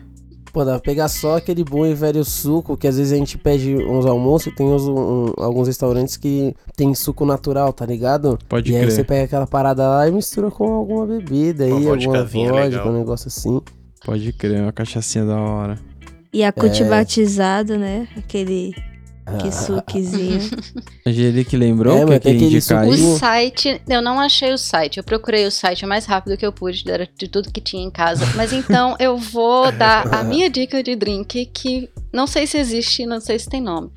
Speaker 1: Pô, dá pra pegar só aquele bom e velho suco, que às vezes a gente pede uns almoços e tem uns- um- alguns restaurantes que tem suco natural, tá ligado?
Speaker 2: Pode
Speaker 1: e aí
Speaker 2: crer.
Speaker 1: você pega aquela parada lá e mistura com alguma bebida aí,
Speaker 4: Uma
Speaker 1: alguma
Speaker 4: vodkazinha
Speaker 1: vodka,
Speaker 4: legal.
Speaker 1: um negócio assim.
Speaker 2: Pode crer, uma cachaçinha da hora.
Speaker 3: E a cut
Speaker 2: É.
Speaker 3: batizado, né? Aquele
Speaker 1: Ah,
Speaker 3: que suquezinho.
Speaker 2: Angelique lembrou
Speaker 1: É,
Speaker 2: o que
Speaker 1: mas
Speaker 2: que
Speaker 1: tem aquele
Speaker 2: indicar
Speaker 1: suco-
Speaker 5: O
Speaker 2: aí?
Speaker 1: Sim.
Speaker 5: site, eu não achei o site. Eu procurei o site o mais rápido que eu pude, era de tudo que tinha em casa. Mas então eu vou dar a minha dica de drink, que não sei se existe, não sei se tem nome.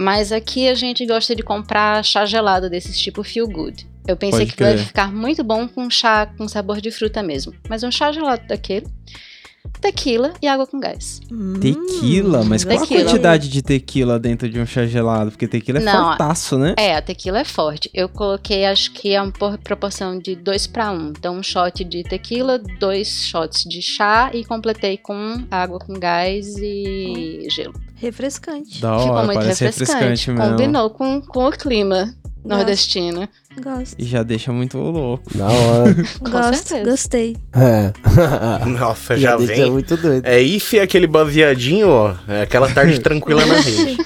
Speaker 5: Mas aqui a gente gosta de comprar chá gelado desses tipo feel good. Eu pensei
Speaker 2: Pode
Speaker 5: que vai
Speaker 2: crer.
Speaker 5: ficar muito bom com chá com sabor de fruta mesmo. Mas um chá gelado daquele, tequila e água com gás.
Speaker 3: Hum,
Speaker 2: Tequila, mas qual
Speaker 5: Tequila.
Speaker 2: a quantidade de tequila dentro de um chá gelado? Porque tequila é
Speaker 5: Não,
Speaker 2: fortaço, né?
Speaker 5: É, a tequila é forte. Eu coloquei, acho que é uma por- proporção de 2 para 1. Então, um shot de tequila, dois shots de chá e completei com água com gás e gelo.
Speaker 3: Refrescante.
Speaker 2: Da hora,
Speaker 5: Ficou muito
Speaker 2: parece refrescante,
Speaker 5: refrescante.
Speaker 2: mesmo.
Speaker 5: Combinou com, com o clima nordestino.
Speaker 3: Gosto.
Speaker 2: E já deixa muito louco.
Speaker 1: Da hora.
Speaker 5: Com
Speaker 3: Gosto,
Speaker 5: certeza.
Speaker 3: gostei.
Speaker 1: é.
Speaker 4: Nossa, já
Speaker 1: Gente, É
Speaker 4: vem.
Speaker 1: muito doido.
Speaker 4: É isso e aquele baseadinho, ó. É aquela tarde tranquila na rede.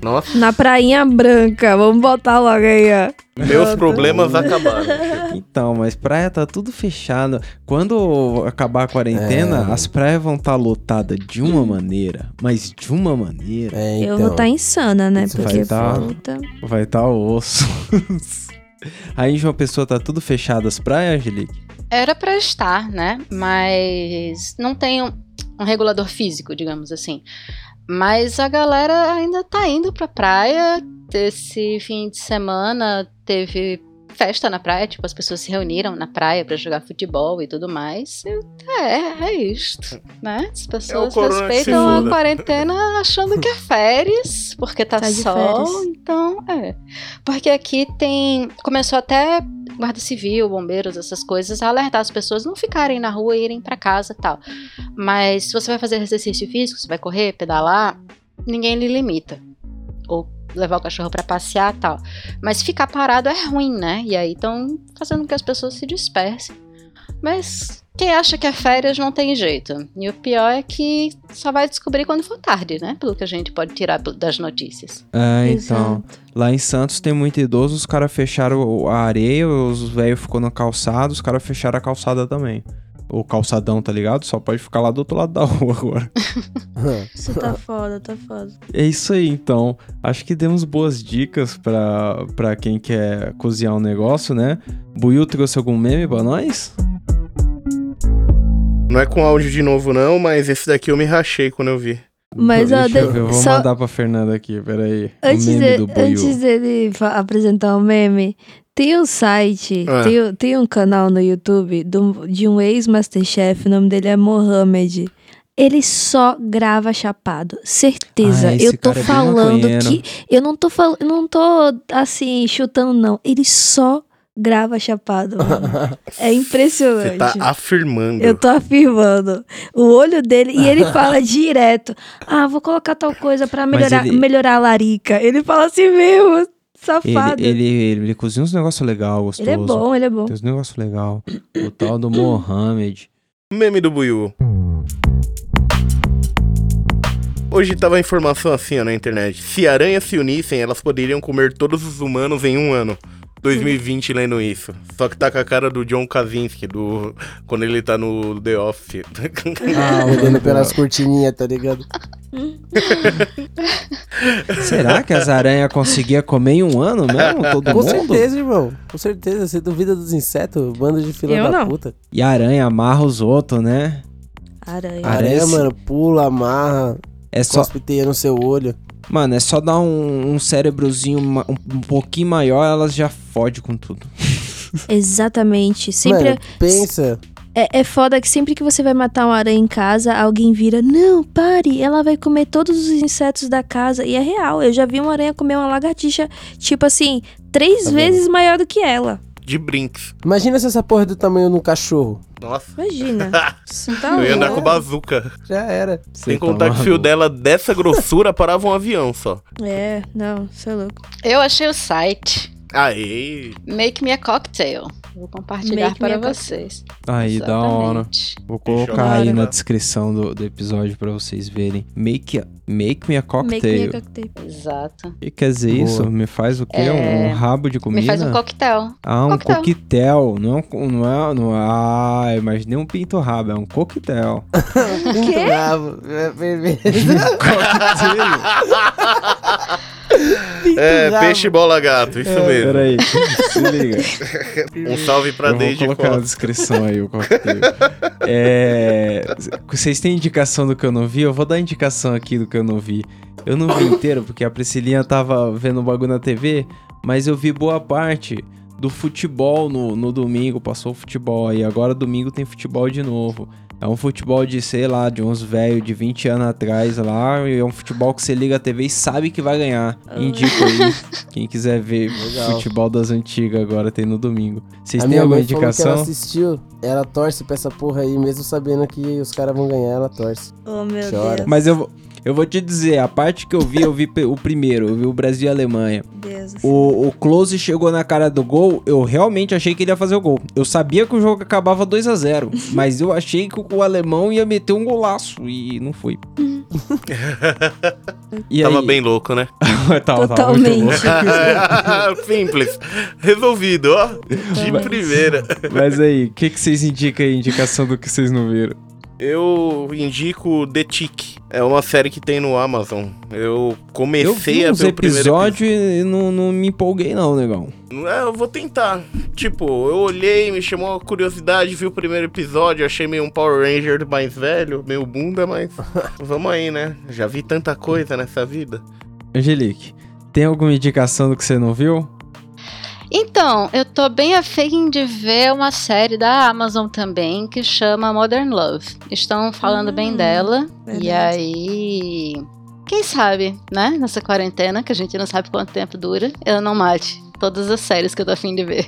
Speaker 4: Nossa,
Speaker 3: Na prainha branca, vamos botar logo aí, ó.
Speaker 4: meus problemas acabaram.
Speaker 2: Então, mas praia tá tudo fechado. Quando acabar a quarentena,
Speaker 1: É. Hum.
Speaker 2: as praias vão estar lotadas de uma maneira, mas de uma maneira
Speaker 1: É,
Speaker 3: eu
Speaker 1: então.
Speaker 3: vou estar insana, né?
Speaker 1: Isso
Speaker 2: vai
Speaker 3: Porque
Speaker 2: tá-
Speaker 3: puta.
Speaker 2: vai estar osso. Aí em João Pessoa tá tudo fechado as praias, Angelique?
Speaker 5: Era pra estar, né? Mas não tem um, um regulador físico, digamos assim. Mas a galera ainda tá indo pra praia. Esse fim de semana teve festa na praia, tipo, as pessoas se reuniram na praia pra jogar futebol e tudo mais. Eu- é, é isto, né? As
Speaker 4: É o
Speaker 5: pessoas
Speaker 4: corona que se
Speaker 5: respeitam a
Speaker 4: foda.
Speaker 5: quarentena achando que é férias, porque tá,
Speaker 3: Tá de
Speaker 5: sol,
Speaker 3: férias.
Speaker 5: então é. Porque aqui tem. Começou até guarda civil, bombeiros, essas coisas, a alertar as pessoas não ficarem na rua e irem pra casa e tal. Mas se você vai fazer exercício físico, você vai correr, pedalar, ninguém lhe limita. Ou levar o cachorro pra passear e tal. Mas ficar parado é ruim, né? E aí estão fazendo com que as pessoas se dispersem. Mas quem acha que é férias não tem jeito. E o pior é que só vai descobrir quando for tarde, né? Pelo que a gente pode tirar pel- das notícias.
Speaker 2: É, então.
Speaker 3: Exato.
Speaker 2: Lá em Santos tem muito idoso, os caras fecharam o- a areia, os velhos ficou na calçada, os caras fecharam a calçada também. O calçadão, tá ligado? Só pode ficar lá do outro lado da rua agora.
Speaker 3: Isso tá foda, tá foda.
Speaker 2: É isso aí, então. Acho que demos boas dicas pra, pra quem quer cozinhar um negócio, né? Buiu trouxe algum meme pra nós?
Speaker 4: Não é com áudio de novo, não, mas esse daqui eu me rachei quando eu vi.
Speaker 3: Mas, ó,
Speaker 2: Deixa eu,
Speaker 3: de-
Speaker 2: ver, eu vou
Speaker 3: só-
Speaker 2: mandar pra Fernanda aqui, peraí.
Speaker 3: Antes,
Speaker 2: o meme
Speaker 3: de-
Speaker 2: do Buiu.
Speaker 3: antes dele fa- apresentar o meme, tem um site,
Speaker 4: Ah.
Speaker 3: tem, tem um canal no YouTube do- de um ex-masterchef, o nome dele é Mohamed. Ele só grava chapado, certeza.
Speaker 2: Ah, esse
Speaker 3: eu tô
Speaker 2: cara é bem
Speaker 3: falando
Speaker 2: maconheiro.
Speaker 3: que eu não tô falando, não tô assim chutando não. Ele só grava chapado. mano. é
Speaker 4: Você
Speaker 3: impressionante.
Speaker 4: tá afirmando.
Speaker 3: Eu tô afirmando. O olho dele. E ele fala direto: Ah, vou colocar tal coisa pra melhorar,
Speaker 2: ele-
Speaker 3: melhorar a larica. Ele fala assim mesmo,
Speaker 2: Ele,
Speaker 3: safado. Ele,
Speaker 2: ele, ele, ele cozinha uns negócios legais, gostoso.
Speaker 3: é bom, ele é bom.
Speaker 2: Tem uns negócios legais. O tal do Mohamed.
Speaker 4: Meme do Buiu. Hoje tava a informação assim ó, na internet. Se aranhas se unissem, elas poderiam comer todos os humanos em um ano. 2020 lendo isso. Só que tá com a cara do John Kaczynski, do... quando ele tá no The Office.
Speaker 1: Ah, olhando pelas cortininhas, tá ligado?
Speaker 2: Será que as aranhas conseguiam comer em um ano mesmo? Todo
Speaker 1: Com
Speaker 2: mundo?
Speaker 1: certeza, irmão. Com certeza. Você duvida dos insetos? Bando de fila
Speaker 3: Eu
Speaker 1: da
Speaker 3: não.
Speaker 1: puta.
Speaker 2: E a aranha amarra os outros, né?
Speaker 3: Aranha.
Speaker 2: Aranha.
Speaker 1: Aranha,
Speaker 2: Parece-
Speaker 1: mano, pula, amarra,
Speaker 2: É só,
Speaker 1: cospe teia no seu olho.
Speaker 2: mano, é só dar um, um cérebrozinho ma- um, um pouquinho maior, elas já fode com tudo.
Speaker 3: Exatamente. Sempre
Speaker 1: Mano, pensa.
Speaker 3: é, é foda que sempre que você vai matar uma aranha em casa, alguém vira: Não, pare, ela vai comer todos os insetos da casa. E é real. Eu já vi uma aranha comer uma lagartixa, tipo assim, três
Speaker 1: Tá vendo?
Speaker 3: vezes maior do que ela.
Speaker 4: De brinks.
Speaker 1: Imagina se essa porra é do tamanho de um cachorro.
Speaker 4: Nossa.
Speaker 3: Imagina. Isso não tá
Speaker 4: Eu ia andar com
Speaker 3: louco.
Speaker 4: bazuca.
Speaker 1: Já era.
Speaker 4: Sem contar que o fio dela dessa grossura parava um avião só.
Speaker 3: É, não, você é louco.
Speaker 5: Eu achei o site
Speaker 4: Aê!
Speaker 5: Make Me a Cocktail. Vou compartilhar
Speaker 3: Make me
Speaker 5: para
Speaker 3: a
Speaker 5: vocês.
Speaker 2: Aí, da hora.
Speaker 5: Exatamente.
Speaker 2: Vou colocar
Speaker 3: Fechou.
Speaker 1: né,
Speaker 2: aí na
Speaker 4: Bora.
Speaker 2: descrição do, do episódio pra vocês verem. Make, a- make me a
Speaker 3: Make me a
Speaker 2: cocktail.
Speaker 3: cocktail.
Speaker 5: Exato.
Speaker 2: O que quer dizer
Speaker 1: Boa.
Speaker 2: isso? Me faz o quê?
Speaker 5: É,
Speaker 2: Um rabo de comida?
Speaker 5: Me faz um coquetel.
Speaker 2: Ah, um
Speaker 5: coquetel.
Speaker 2: coquetel. Não é um, co- não é, não é- ah, imaginei um pinto rabo, é um coquetel.
Speaker 1: Muito bravo. É, beleza. Pinto
Speaker 4: É,
Speaker 1: bravo.
Speaker 4: peixe bola gato, isso
Speaker 2: É,
Speaker 4: mesmo.
Speaker 2: Peraí, se liga.
Speaker 4: Um salve pra
Speaker 2: Eu vou
Speaker 4: Deide
Speaker 2: colocar assim, na
Speaker 4: Costa.
Speaker 2: descrição aí o coquetel. É, vocês têm indicação do que eu não vi? Eu vou dar indicação aqui do que eu não vi. Eu não vi inteiro, porque a Priscilinha tava vendo o bagulho na TV, mas eu vi boa parte do futebol no, no domingo. Passou o futebol aí. Agora domingo tem futebol de novo. É um futebol de, sei lá, de uns velhos de 20 anos atrás lá. E é um futebol que você liga a TV e sabe que vai ganhar. Indico aí. Quem quiser ver
Speaker 1: Legal.
Speaker 2: futebol das antigas agora tem no domingo. Vocês
Speaker 1: A
Speaker 2: têm
Speaker 1: minha
Speaker 2: alguma
Speaker 1: mãe falou que ela
Speaker 2: indicação?
Speaker 1: assistiu, ela torce pra essa porra aí, mesmo sabendo que os caras vão ganhar, ela torce.
Speaker 3: Oh, meu
Speaker 1: Chora.
Speaker 3: Deus.
Speaker 2: é Mas eu, vou- eu vou te dizer, a parte que eu vi, eu vi pe- o primeiro, eu vi o Brasil e a Alemanha.
Speaker 3: Deus. do céu.
Speaker 2: O, o Close chegou na cara do gol, eu realmente achei que ele ia fazer o gol. Eu sabia que o jogo acabava 2 a 0 mas eu achei que o, o alemão ia meter um golaço e não foi. E
Speaker 4: Tava
Speaker 2: aí-
Speaker 4: bem louco, né?
Speaker 2: tava, tava muito louco.
Speaker 3: Totalmente.
Speaker 4: Ah, Simples. Resolvido, ó. De primeira.
Speaker 2: Mas aí, o que, que vocês indicam aí, indicação do que vocês não viram?
Speaker 4: Eu indico The Tick. É uma série que tem no Amazon. Eu
Speaker 2: Eu
Speaker 4: comecei
Speaker 2: vi
Speaker 4: a
Speaker 2: uns
Speaker 4: É ver o primeiro episódio.
Speaker 2: episódios e não, não me empolguei não, negão.
Speaker 4: É, eu vou tentar. Tipo, eu olhei, me chamou a curiosidade, vi o primeiro episódio, achei meio um Power Ranger mais velho, meio bunda, mas vamos aí, né? Já vi tanta coisa nessa vida.
Speaker 2: Angelique, tem alguma indicação do que você não viu?
Speaker 5: Então, eu tô bem afim de ver uma série da Amazon também que chama Modern Love. Estão falando
Speaker 3: Hum,
Speaker 5: bem dela.
Speaker 3: É verdade.
Speaker 5: E aí. Quem sabe, né? Nessa quarentena, que a gente não sabe quanto tempo dura, eu não mate todas as séries que eu tô afim de ver.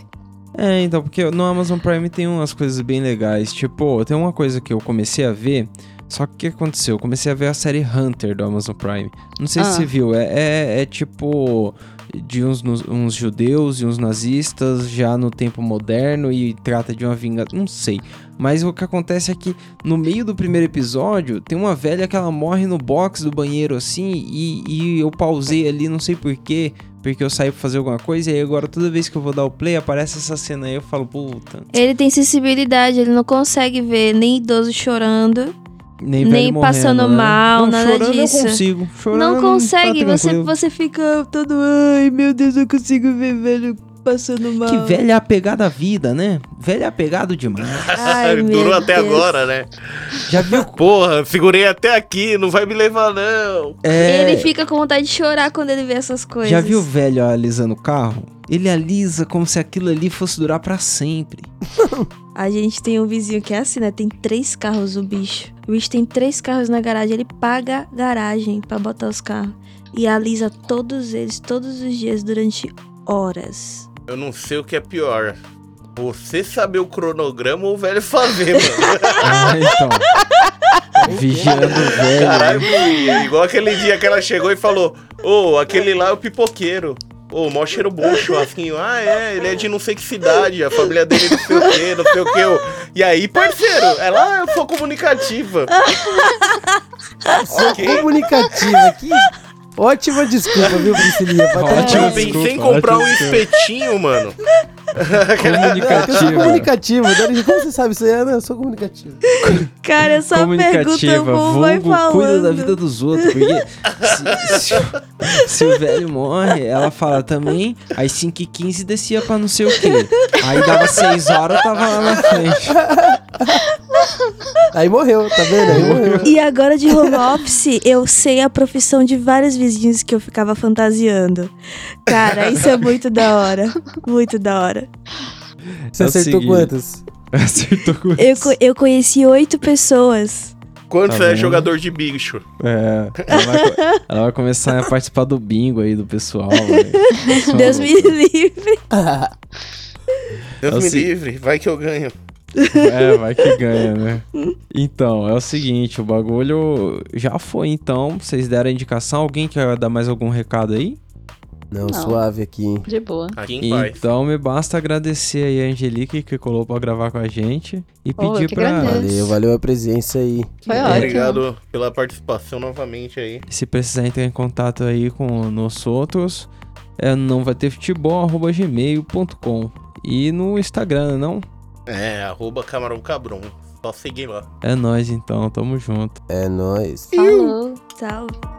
Speaker 2: É, então, porque no Amazon Prime tem umas coisas bem legais. Tipo, tem uma coisa que eu comecei a ver. Só que o que aconteceu? Eu comecei a ver a série Hunter do Amazon Prime. Não sei se
Speaker 5: Ah.
Speaker 2: você viu. É, é- é tipo de uns, nu- uns judeus e uns nazistas já no tempo moderno e trata de uma vingança. Não sei. Mas o que acontece é que no meio do primeiro episódio tem uma velha que ela morre no box do banheiro assim e, e eu pausei ali, não sei porquê. Porque eu saí pra fazer alguma coisa e aí agora toda vez que eu vou dar o play aparece essa cena aí eu falo, puta,
Speaker 3: Ele tem sensibilidade, ele não consegue ver nem idoso chorando.
Speaker 2: nem
Speaker 3: Nem
Speaker 2: velho morrendo,
Speaker 3: passando
Speaker 2: né?
Speaker 3: mal,
Speaker 2: não,
Speaker 3: nada
Speaker 2: chorando
Speaker 3: disso.
Speaker 2: eu consigo. Chorando
Speaker 3: não consegue,
Speaker 2: tá
Speaker 3: você,
Speaker 2: tranquilo.
Speaker 3: você fica todo. Ai, meu Deus, eu consigo ver velho passando mal.
Speaker 2: Que velho apegado à vida, né? Velho apegado demais.
Speaker 3: Ai, meu
Speaker 4: Durou até
Speaker 3: Deus.
Speaker 4: agora, né?
Speaker 2: Já viu?
Speaker 4: Porra, segurei até aqui, não vai me levar não.
Speaker 2: É,
Speaker 3: Ele fica com vontade de chorar quando ele vê essas coisas.
Speaker 2: já viu o velho alisando o carro? Ele alisa como se aquilo ali fosse durar pra sempre.
Speaker 3: A gente tem um vizinho que é assim, né? Tem três carros o bicho. O bicho tem três carros na garagem, ele paga a garagem pra botar os carros. E alisa todos eles, todos os dias, durante horas.
Speaker 4: Eu não sei o que é pior. Você saber o cronograma ou o velho fazer, mano.
Speaker 2: Ah, então. Vigiando o velho.
Speaker 4: Caralho, igual aquele dia que ela chegou e falou: Ô, aquele lá é o pipoqueiro. Ô, mó cheiro bom, churrasquinho. Ah, é, ele é de não sei que cidade, a família dele é não sei o quê, não sei o quê. Eu, E aí, parceiro, ela, ah, eu sou comunicativa. ok.
Speaker 1: Comunicativa, que ótima desculpa, viu, Priscilinha? tá pra
Speaker 2: Ótima
Speaker 1: trabalhar.
Speaker 4: Eu
Speaker 2: desculpa,
Speaker 4: pensei em comprar um
Speaker 2: ótima desculpa.
Speaker 4: espetinho, mano.
Speaker 1: É, Eu sou
Speaker 2: Comunicativa.
Speaker 1: comunicativo. Dani, Como você sabe isso aí, Ana? Eu sou comunicativo.
Speaker 3: Cara, essa pergunta o
Speaker 2: Comunicativa,
Speaker 3: povo vai
Speaker 2: vulgo,
Speaker 3: falando.
Speaker 2: cuida da vida dos outros, porque se, se- se o velho morre, ela fala também, às 5h15 descia pra não sei o quê. Aí dava 6 horas, tava lá na frente.
Speaker 1: Aí morreu, tá vendo? Aí
Speaker 2: É
Speaker 1: morreu.
Speaker 3: E agora de home office, eu sei a profissão de vários vizinhos que eu ficava fantasiando. Cara, isso é muito da hora. Muito da hora.
Speaker 1: Você
Speaker 2: É o
Speaker 1: acertou
Speaker 2: seguinte.
Speaker 1: quantas?
Speaker 2: Acertou com
Speaker 3: Eu, co- eu conheci oito pessoas.
Speaker 4: Quando
Speaker 2: Tá
Speaker 4: você é
Speaker 2: bom.
Speaker 4: jogador de bicho.
Speaker 2: É, ela vai, co- ela vai começar a participar do bingo aí do pessoal. velho. Só-
Speaker 3: Deus me livre.
Speaker 4: Deus
Speaker 2: Eu
Speaker 4: me
Speaker 2: sei.
Speaker 4: livre, vai que eu ganho.
Speaker 2: É, vai que ganha, né? Então, é o seguinte, o bagulho já foi então. Vocês deram a indicação. Alguém quer dar mais algum recado aí?
Speaker 1: Não,
Speaker 5: Não.
Speaker 1: suave aqui, hein?
Speaker 5: De boa.
Speaker 4: Aqui em paz.
Speaker 2: Então me basta agradecer aí a Angelique que colou pra gravar com a gente. E
Speaker 5: Oh, eu
Speaker 2: pedir
Speaker 5: que
Speaker 2: pra.
Speaker 5: agradeço.
Speaker 1: Valeu, valeu a presença aí.
Speaker 5: Foi
Speaker 2: É,
Speaker 5: ótimo.
Speaker 4: Obrigado pela participação novamente aí.
Speaker 2: Se precisar entrar em contato aí com nós outros, é não vai ter futebol, arroba gmail.com. E no Instagram, não?
Speaker 4: É, arroba Camarão Cabron. Só seguir lá.
Speaker 2: É nóis então, tamo junto.
Speaker 1: É nóis.
Speaker 5: Falou.
Speaker 3: Tchau.